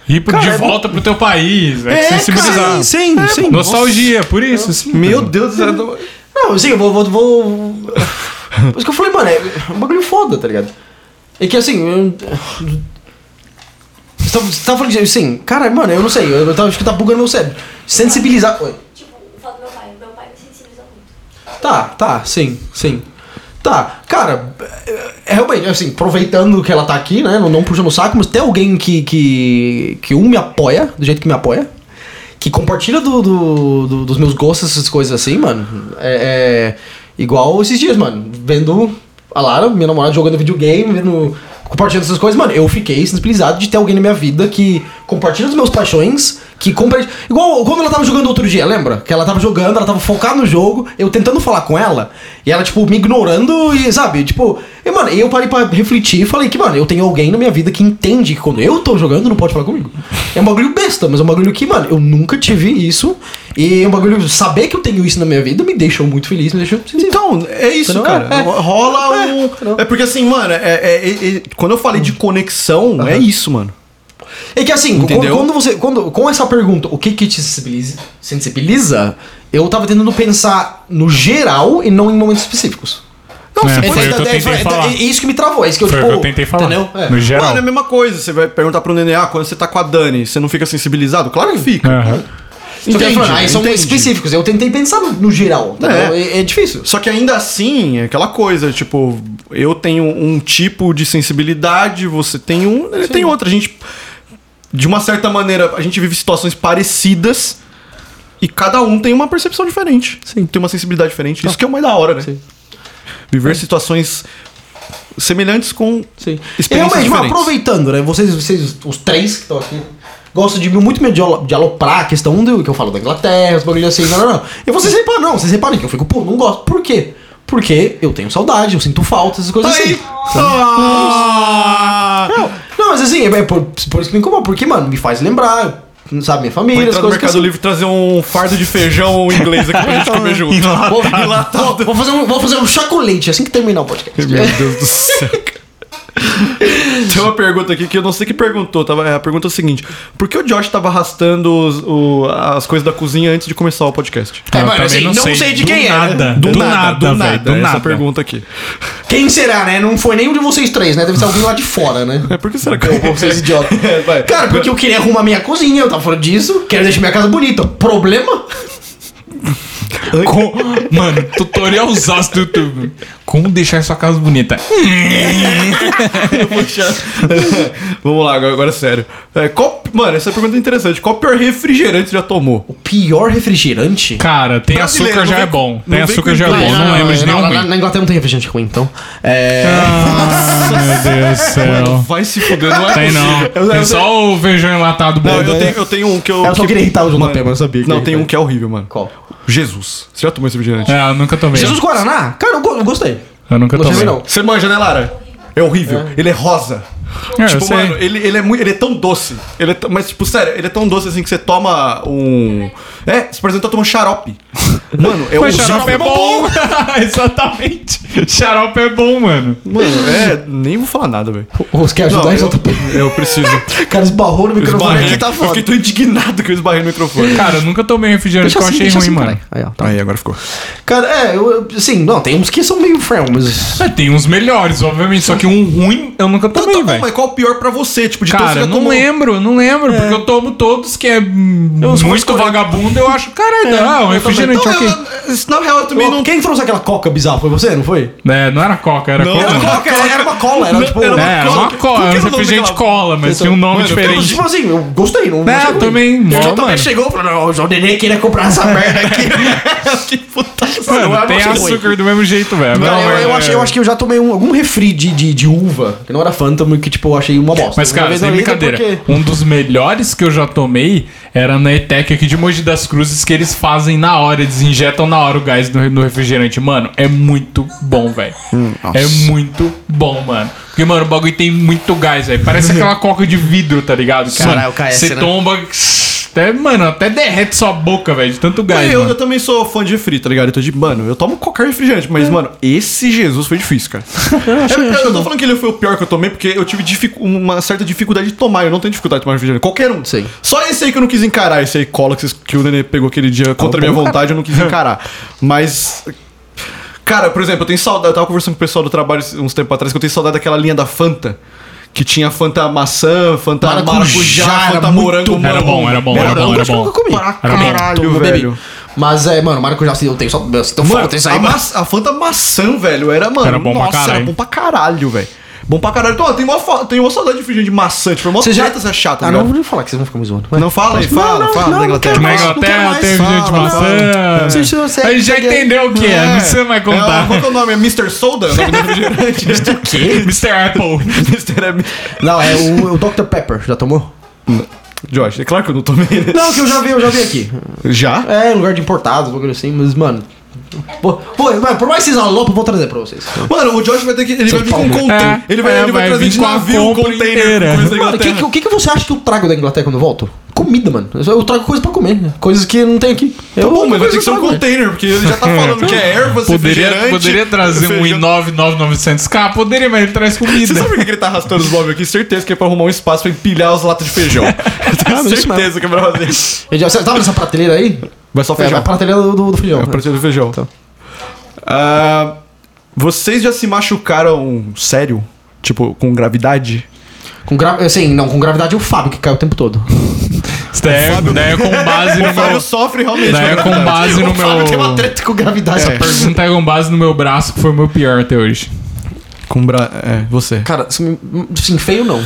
Ir pro-
Cara,
de
é-
volta pro teu país. É, sensibilizar.
cara, sim, sim.
Nostalgia, por isso. sim.
Meu Deus do céu.
Não, assim, eu vou. vou, vou... Por isso que eu falei, mano, é um bagulho foda, tá ligado? É que assim. Eu... Você tava, você tava falando de. Assim, cara, mano, eu não sei. Eu, eu tava, acho que tá bugando meu cérebro. Sensibilizar. Oi.
Tipo, o fato do meu pai. Meu pai me sensibiliza muito.
Tá, tá, sim, sim. Tá, cara, é, é realmente, assim, aproveitando que ela tá aqui, né? Não, não puxando o saco, mas tem alguém que, que, que um me apoia, do jeito que me apoia, que compartilha do, do- do- dos meus gostos, essas coisas assim, mano. É, é igual esses dias, mano, vendo a Lara, minha namorada, jogando videogame, vendo compartilhando essas coisas, mano, eu fiquei sensibilizado de ter alguém na minha vida que compartilha as minhas paixões, que compartilha. Igual quando ela tava jogando outro dia, lembra? Que ela tava jogando, ela tava focada no jogo, eu tentando falar com ela, e ela, tipo, me ignorando e, sabe, tipo. E, mano, eu parei pra refletir e falei que, mano, eu tenho alguém na minha vida que entende que quando eu tô jogando não pode falar comigo. É um bagulho besta, mas é um bagulho que, mano, eu nunca tive isso. E é um bagulho. Saber que eu tenho isso na minha vida me deixou muito feliz, me deixou.
Então, é isso,
Entendeu?
cara.
É.
Rola
É, Hum.
um.
entendeu?
É porque assim, mano, é, é- é- é- quando eu falei de conexão, é isso, mano.
É que assim,
Entendeu?
quando você. Quando, com essa pergunta, o que que te sensibiliza, sensibiliza, eu tava tentando pensar no geral e não em momentos específicos.
Não,
É,
foi o que eu
é,
tentei
é, é,
falar.
é isso que me travou, é isso que eu
Foi o
tipo,
que eu tentei falar.
Entendeu? É.
No geral.
Mano, é a mesma coisa. Você vai perguntar pro Nenê, ah, quando você tá com a Dani, você não fica sensibilizado? Claro que fica.
Aham.
Só que eu
Entende,
falo, ah, são
entende.
específicos, eu tentei pensar no, no geral, entendeu? É. é difícil.
Só que ainda assim, é aquela coisa, tipo, eu tenho um tipo de sensibilidade, você tem um, ele tem outro. A gente, de uma certa maneira, a gente vive situações parecidas e cada um tem uma percepção diferente. Sim. Tem uma sensibilidade diferente.
Ah.
Isso que é o mais da hora, né? Viver situações semelhantes
É.
com
Sim.
experiências
Realmente, mas
diferentes.
aproveitando, né? Vocês, vocês os três que estão aqui, gostam de muito me dialo- de aloprar a questão do que eu falo da Inglaterra, os bagulhos assim, não, não, não. E vocês reparam, não, vocês reparam que eu fico, pô, não gosto. Por quê? Porque eu tenho saudade, eu sinto falta, essas
Tá
coisas assim.
Ah!
Não, não, mas assim, é é por, por isso que me incomoda, porque, mano, me faz lembrar, sabe, minha família, as
Entrar no
coisas que
Mercado
assim.
Livre e trazer um fardo de feijão inglês aqui pra gente comer junto.
Vou, vou, vou fazer um, vou fazer um chocolate assim que terminar o podcast.
Meu Deus do céu. Tem uma pergunta aqui que eu não sei quem perguntou. Tava, a pergunta é a seguinte: Por que o Josh tava arrastando os- o- as coisas da cozinha antes de começar o podcast?
É,
Eu
mano,
Tá, também
assim, não sei de
do
quem é, né?
nada,
Do,
Do,
nada,
nada,
do nada.
velho. Do
essa
nada.
pergunta aqui.
Quem será, né? Não foi nenhum de vocês três, né? Deve ser alguém lá de fora, né?
É, por que será que
Ô, vocês idiotas.
É, vai.
Cara, porque eu queria arrumar minha cozinha, eu tava falando disso, quero deixar minha casa bonita. Problema?
Com- Mano, tutorial do YouTube. Como deixar sua casa bonita.
Vamos lá, agora, agora é sério. É, qual- mano, essa pergunta é interessante. Qual o pior refrigerante você já tomou?
O pior refrigerante?
Cara, tem
Brasileiro,
açúcar
não
já
vem-
é bom.
não
Tem
vem com
açúcar já é bom.
inglês.
Não lembro de
não,
nenhum
lá na,
ruim.
na Inglaterra não tem refrigerante ruim, então. É.
Ah, Meu Deus do céu.
Vai se fuder, não é
Tem não.
possível. Eu-
Tem
eu-
só o feijão enlatado bom.
Não, eu tenho, eu tenho um que eu.
Eu só
que-
queria irritar É, o JP,
Mano,
mas eu sabia que
Não,
ele
tem
vai.
um que é horrível, mano.
Qual?
Jesus. Você já tomou esse refrigerante?
É, eu nunca tomei.
Jesus Guaraná? Cara, eu, go- eu gostei.
Eu nunca
Não sei
tomei.
não.
Você manja, né, Lara? É horrível. Ele é rosa.
É, eu
tipo,
sei.
mano, ele, ele é muito. Ele é tão doce. Ele é t- mas, tipo, sério, ele é tão doce assim que você toma um. É, você, por exemplo, tá tomando xarope. Mano, é
Mas
um
xarope é bom. Exatamente. Xarope é bom, mano.
Mano, é. Nem vou falar nada, velho.
Você quer ajudar,
Não, eu,
JP?
eu preciso.
O cara esbarrou no microfone,
Esbarrei.
ele tá
é. eu
foda.
fiquei tão indignado que eu esbarrei no microfone.
Cara, eu nunca tomei refrigerante que
assim,
eu achei ruim, mano.
caralho. Aí, ó, tá.
Aí, agora ficou.
Cara, é, eu, assim, não, tem uns que são meio frão, mas.
é.
Ah, tem uns melhores, obviamente. Só que um ruim eu nunca
Então,
tomei,
tá bom,
velho.
mas qual o pior pra você? Tipo, de tanto
Cara,
você
eu
já
não É.
tomou.
lembro, não lembro. Porque eu tomo todos que é hum, muito vagabundo. É, Eu acho, caralho, não, refrigerante,
Então,
ok.
eu- isso, na real, eu também
Ô,
não.
Quem trouxe aquela coca bizarra? Foi você, não foi?
É, não era coca, era
Não,
cola.
era coca.
era uma cola, era
Não,
tipo.
era
É,
uma
era uma
cola.
cola,
Qual
era
que era o nome
refrigerante
daquela-
cola, mas tinha um nome
Mano, eu quero-
diferente.
Tipo assim, eu gostei, não.
É,
achei
eu
ruim.
também,
O
mó,
JP
mano.
chegou e falou: não, o João Nenê queria comprar essa merda aqui.
que putaça.
Mano,
Não, eu
tem
achei ruim.
açúcar do mesmo jeito, velho.
Cara,
Não,
eu,
mas-
eu, acho, eu acho que eu já tomei um- algum refri de, de, de uva, que não era Phantom, que tipo, eu achei uma bosta.
Mas,
Uma
cara,
vez
sem
na vida,
brincadeira,
porque-
um dos melhores que eu já tomei era na ETEC aqui de Mogi das Cruzes, que eles fazem na hora, eles injetam na hora o gás no, no refrigerante. Mano, é muito bom, velho. é muito bom, mano. Porque, mano, o bagulho tem muito gás, velho. Parece aquela coca de vidro, tá ligado? Que,
Caralho,
mano,
o KS,
Você
né?
toma um bagulho... que- Até, mano, até derrete sua boca, velho, de tanto gás,
eu, eu
mano.
também sou fã de refri, tá ligado? Eu tô de, mano, eu tomo qualquer refrigerante, mas, mano, esse Jesus foi difícil, cara. eu, eu, não tô falando que ele foi o pior que eu tomei, porque eu tive dificu- uma certa dificuldade de tomar. Eu não tenho dificuldade de tomar refrigerante. Qualquer um.
Sim.
Só esse aí que eu não quis encarar, esse aí cola que, vocês- que o Nenê pegou aquele dia contra a minha vontade, eu não quis encarar. Mas. Cara, por exemplo, eu tenho saudade. Eu tava conversando com o pessoal do trabalho uns tempos atrás que eu tenho saudade daquela linha da Fanta. Que tinha Fanta maçã, Fanta
Maracujá,
maracujá,
era
Fanta
muito
morango.
bom. Era bom, era bom, era
morango.
bom, era
Acho que eu
bom.
nunca comi. Pra
Era bom.
caralho,
Não bebi.
velho.
Mas é, mano, maracujá, assim, eu tenho só. Eu sinto
Mano,
falta isso aí,
a,
mano.
maçã- a Fanta maçã, velho, era, mano.
Era bom pra
nossa, era
caralho.
bom pra caralho, velho. Bom pra caralho. Então, ó, tem uma, fa- tem uma saudade de fingir de maçante. Foi uma
Você já-
treta essa
Ah,
chata, tá ligado?
não, vou nem falar que vocês vão ficar me zoando. Vai.
Não fala aí,
Não,
fala,
não,
fala
não,
da
não
Inglaterra.
quero
Na
mais, não quero
Inglaterra
mais.
teve gente
fala,
fala.
maçã.
Vocês não
A
conseguem
gente já
pegar-
entendeu o que é, não
É.
precisa mais
É, qual
contar.
que é o nome? É Mr. Soda? O nome do refrigerante? Mr. quê?
Mr. Apple.
Mr. M.
Não, é o, o Dr. Pepper. Já tomou?
Josh, é claro que eu não tomei.
Não, que eu já vi, eu já vi aqui.
Já?
É, em lugar de importado, bagulho assim, mas, mano. Pô, pô, mano, por mais que vocês alopam, eu vou trazer pra vocês.
Mano, o Josh vai ter que. Ele
Seu
vai vir com um
palmo.
container.
É,
ele vai,
é,
ele vai,
vai
trazer
vir
de
com a
navio um
compra
container.
inteira.
coisa da
Mano, o que,
Inglaterra.
que- o que, que você acha que eu trago da Inglaterra quando eu volto? Comida, mano. Eu só- Eu trago coisa pra comer, né? coisas que não tem aqui.
Tá
Eu,
bom, mas vai ter que ser um
eu trago, né?
container, porque ele já tá falando que é ervas,
Poderia,
refrigerante. tá
poderia trazer um
feijão.
i9-9900K? Poderia, mas ele traz
Você
comida.
sabe por que que ele tá arrastando os móveis aqui? Certeza que é pra arrumar um espaço pra empilhar as latas de feijão. Eu
Ah, mas
Tenho
isso mesmo.
certeza que é pra fazer isso.
Eu já- Você tava nessa prateleira aí?
Vai só
É, a prateleira do, do, do feijão.
É o pratinho do feijão. Ah, vocês já se machucaram sério? Tipo, com gravidade?
Com gra... Assim, não, com gravidade é o Fábio que caiu o tempo todo.
Isso
tá
daí é, daí
né?
é com base no
O Fábio
meu...
sofre realmente.
Daí é
com
com
gravidade.
base no
o Fábio tem uma
meu...
treta com gravidade.
Essa
essa porra.
pergunta é com base no meu braço, que foi o meu pior até hoje.
Com bra... É, você.
Cara, se me- assim, feio não.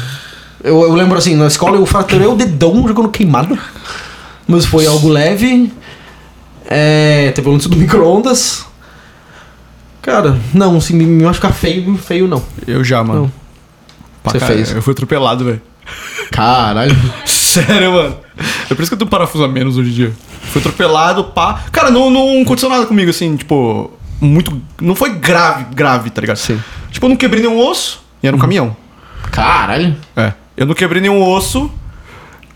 Eu, eu lembro assim, na escola eu fraturei o dedão jogando queimado. Mas foi algo leve. É, teve o lance do micro-ondas. Cara, não, assim, me, me machucar feio, feio não.
Eu já, mano.
Não.
Pra
Você
caralho,
fez.
Eu fui atropelado, velho.
Caralho.
Sério, mano. É por isso que eu tenho parafuso a menos hoje em dia. Fui atropelado, pá. Cara, não, não aconteceu nada comigo, assim, tipo. Muito. Não foi grave, grave, tá ligado?
Sim.
Tipo, eu não quebrei nenhum osso e era um caminhão.
Caralho.
É. Eu não quebrei nenhum osso.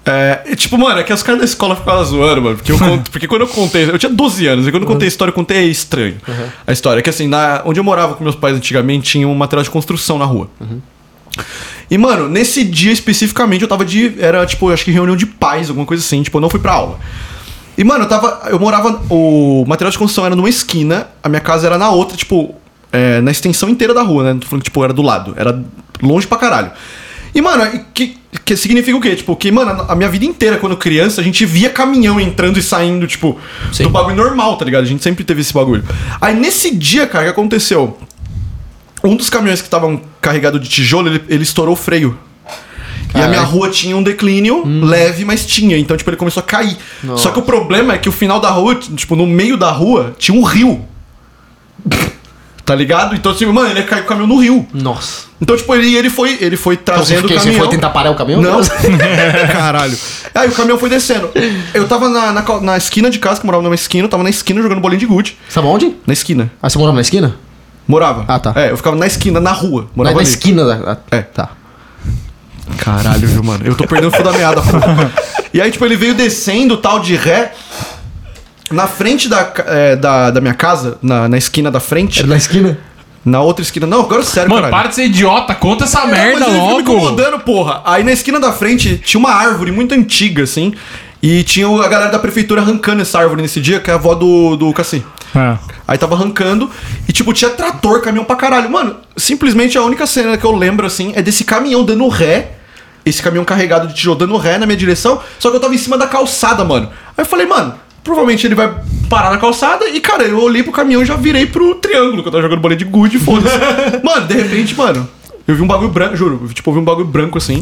É, e, tipo, mano, é que os caras da escola ficavam zoando, mano. Porque, eu conto- porque quando eu contei. Eu tinha 12 anos, e quando eu contei a história, eu contei é estranho. A história. é Que assim, na, onde eu morava com meus pais antigamente, tinha um material de construção na rua. E, mano, nesse dia especificamente eu tava de. Era, tipo, eu acho que reunião de pais, alguma coisa assim. Tipo, eu não fui pra aula. E, mano, eu tava. Eu morava. O material de construção era numa esquina, a minha casa era na outra, tipo. é, na extensão inteira da rua, né? Não tô falando, que, tipo, era do lado. Era longe pra caralho. E, mano, e que, que significa o quê? Tipo, que, mano, a minha vida inteira, quando criança, a gente via caminhão entrando e saindo, tipo, do bagulho normal, tá ligado? A gente sempre teve esse bagulho. Aí nesse dia, cara, o que aconteceu? Um dos caminhões que estavam carregado de tijolo, ele, ele estourou o freio. E a minha rua tinha um declínio
Hum.
leve, mas tinha. Então, tipo, ele começou a cair. Só que o problema é que o final da rua, t- tipo, no meio da rua, tinha um rio. Tá ligado? Então, tipo, mano, ele caiu o caminhão no rio.
Nossa.
Então, tipo, ele, ele foi ele foi trazendo
Então, você,
o
você
caminhão.
foi tentar parar Tá o caminhão?
Não. Caralho. Aí o caminhão foi descendo. Eu tava na, na, co- na esquina de casa, que eu morava numa esquina, eu tava na esquina jogando bolinha de gude.
Sabe onde?
Na esquina.
Ah, você morava na esquina?
Morava.
Ah, tá.
É, eu ficava na esquina, na rua.
Na,
Morava
na
ali.
esquina da. da-
É.
Tá.
Caralho, viu, mano? Eu tô perdendo o fio da meada, porra. E aí, tipo, ele veio descendo tal de ré. Na frente da, ca- é, da, da minha casa, na, na esquina da frente,
Era É na esquina?
na outra esquina. Não, agora é sério,
Mano,
caralho.
para de ser idiota, conta essa
Não,
merda
mas ele fica me
logo.
incomodando, porra. Aí na esquina da frente tinha uma árvore muito antiga, assim. E tinha a galera da prefeitura arrancando essa árvore nesse dia, que é a avó do, do Cassim. Aí tava arrancando e, tipo, tinha trator, caminhão pra caralho. Mano, simplesmente a única cena que eu lembro, assim, é desse caminhão dando ré. Esse caminhão carregado de tijolo dando ré na minha direção. Só que eu tava em cima da calçada, mano. Aí eu falei, mano, provavelmente ele vai parar na calçada. E, cara, eu olhei pro caminhão e já virei pro triângulo, que eu tava jogando bolinha de gude, foda-se. mano, de repente, mano. Eu vi um bagulho branco, juro. Tipo, eu vi um bagulho branco assim.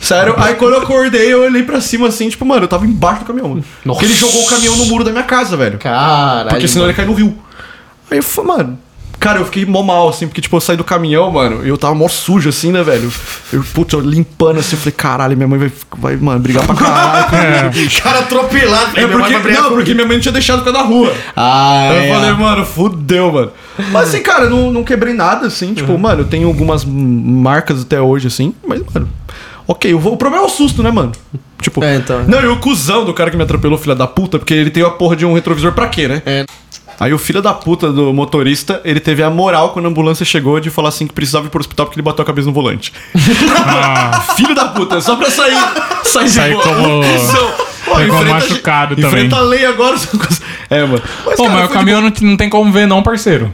Sério. Aí quando eu acordei, eu olhei pra cima assim, tipo, mano, eu tava embaixo do caminhão, mano.
Nossa.
Porque ele jogou o caminhão no muro da minha casa, velho.
Caralho.
Porque senão ele cai no rio. Aí eu falei, mano. Cara, eu fiquei mó mal, assim, porque, tipo, eu saí do caminhão, mano, e eu tava mó sujo, assim, né, velho? Eu, putz, eu limpando, assim, eu falei, caralho, minha mãe vai, vai mano, brigar pra caralho.
É. cara atropelado.
É porque, não, porque minha mãe tinha deixado o cara na rua.
Ah,
Aí
é.
eu falei, mano, fudeu, mano. Mas, assim, cara, eu não, não quebrei nada, assim,
Uhum.
tipo, mano, eu tenho algumas marcas até hoje, assim, mas, mano, ok, eu vou- o problema é o susto, né, mano? Tipo,
É, então.
não, e o cuzão do cara que me atropelou, filha da puta, porque ele tem a porra de um retrovisor pra quê, né?
É.
Aí o filho da puta do motorista, ele teve a moral quando a ambulância chegou de falar assim que precisava ir pro hospital porque ele bateu a cabeça no volante. filho da puta, só pra sair, sair de
Ah. Sair
boa.
como-
Cuzão. Pô,
sair como
enfrenta-
machucado também.
Enfrenta a lei agora. você não consegue- É, mano. Mas,
Pô,
cara,
mas o
foi de
caminhão não, te- não tem como ver, não, parceiro.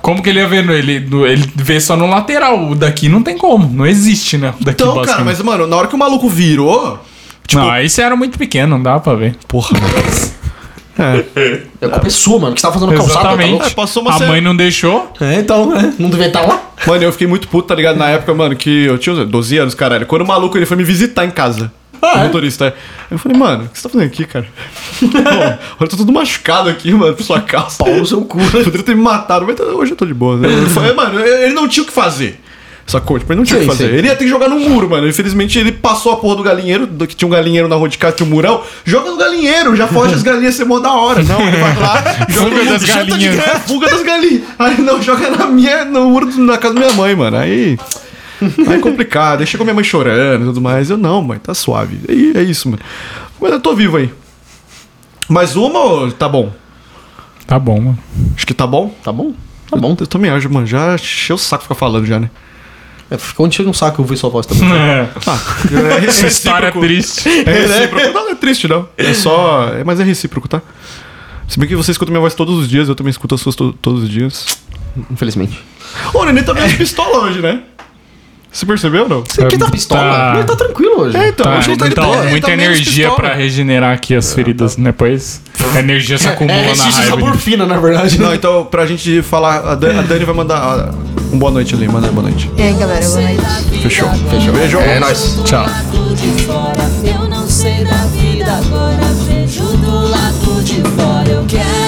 Como que ele ia ver? no- Ele, no- ele vê só no lateral. O daqui não tem como. Não existe, né? O Daqui
Então, cara,
basicamente.
mas, mano, na hora que o maluco virou. Tipo,
Não, aí você era muito pequeno, não dá pra ver.
porra.
É culpa sua, mano, que você tava fazendo calçada.
Exatamente.
louco? É, passou uma
a
cena-
mãe não deixou.
É, então, né? Não devia estar lá.
Mano, eu fiquei muito puto, tá ligado? Na época, mano, que eu tinha uns 12 anos, caralho. Quando o maluco ele foi me visitar em casa. o motorista, é. Eu falei, mano, o que você tá fazendo aqui, cara? Pô, olha, tô todo machucado aqui, mano, por sua calça. Pau no seu cu. né? Poderia ter me matado, mas hoje eu tô de boa. Né? Ele falou, mano, ele não tinha o que fazer. Sacou? Tipo, ele não tinha o que
Sim,
fazer.
sim.
Ele ia ter que jogar no muro, mano. Infelizmente, ele passou a porra do galinheiro, do- que tinha um galinheiro na rua de casa, tinha um murão. Joga no galinheiro, já foge as galinhas, ser mó da hora. Não, ele vai lá,
Fuga
joga no muro,
das
janta tá de
galinhas.
graça, fuga das galinhas. Aí não, joga na minha, no muro do- na casa da minha mãe, mano. Aí. Aí é complicado. Aí chegou minha mãe chorando e tudo mais. Eu, não, mãe, tá suave. Aí é isso, mano. Mas eu tô vivo aí. Mas uma, ô, tá bom.
Tá bom, mano.
Acho que tá bom.
Tá bom? Tá bom.
Eu também acho, mano. Já encheu o saco ficar falando já, né?
É, Ficou enchendo um saco ouvir sua voz também.
É. Essa história é triste.
É recíproco. Não, não é triste, não. É só. É, mas é recíproco, tá? Se bem que você escuta minha voz todos os dias, eu também escuto as suas to- todos os dias.
Infelizmente.
Ô, o Nenê tá meio de pistola hoje, né? Você percebeu ou não?
Você aqui tá
Tá-
pistola? Ele tá tranquilo hoje.
É, então,
Tá,
hoje ele tá, ele
então,
tá- ele
muita
tá menos
energia
pistola.
pra regenerar aqui as feridas depois. A energia se acumula
tá. É,
na
existe
raiva.
essa morfina, na verdade. né?
Não, então, pra gente falar, a Dan- a Dani, vai mandar ah, um boa noite ali, manda boa noite.
E aí, galera, boa noite.
Fechou. Fechou. Beijo.
É nóis.
Tchau.
lado de fora. Eu não sei da vida agora. Vejo do lado de fora. Eu quero.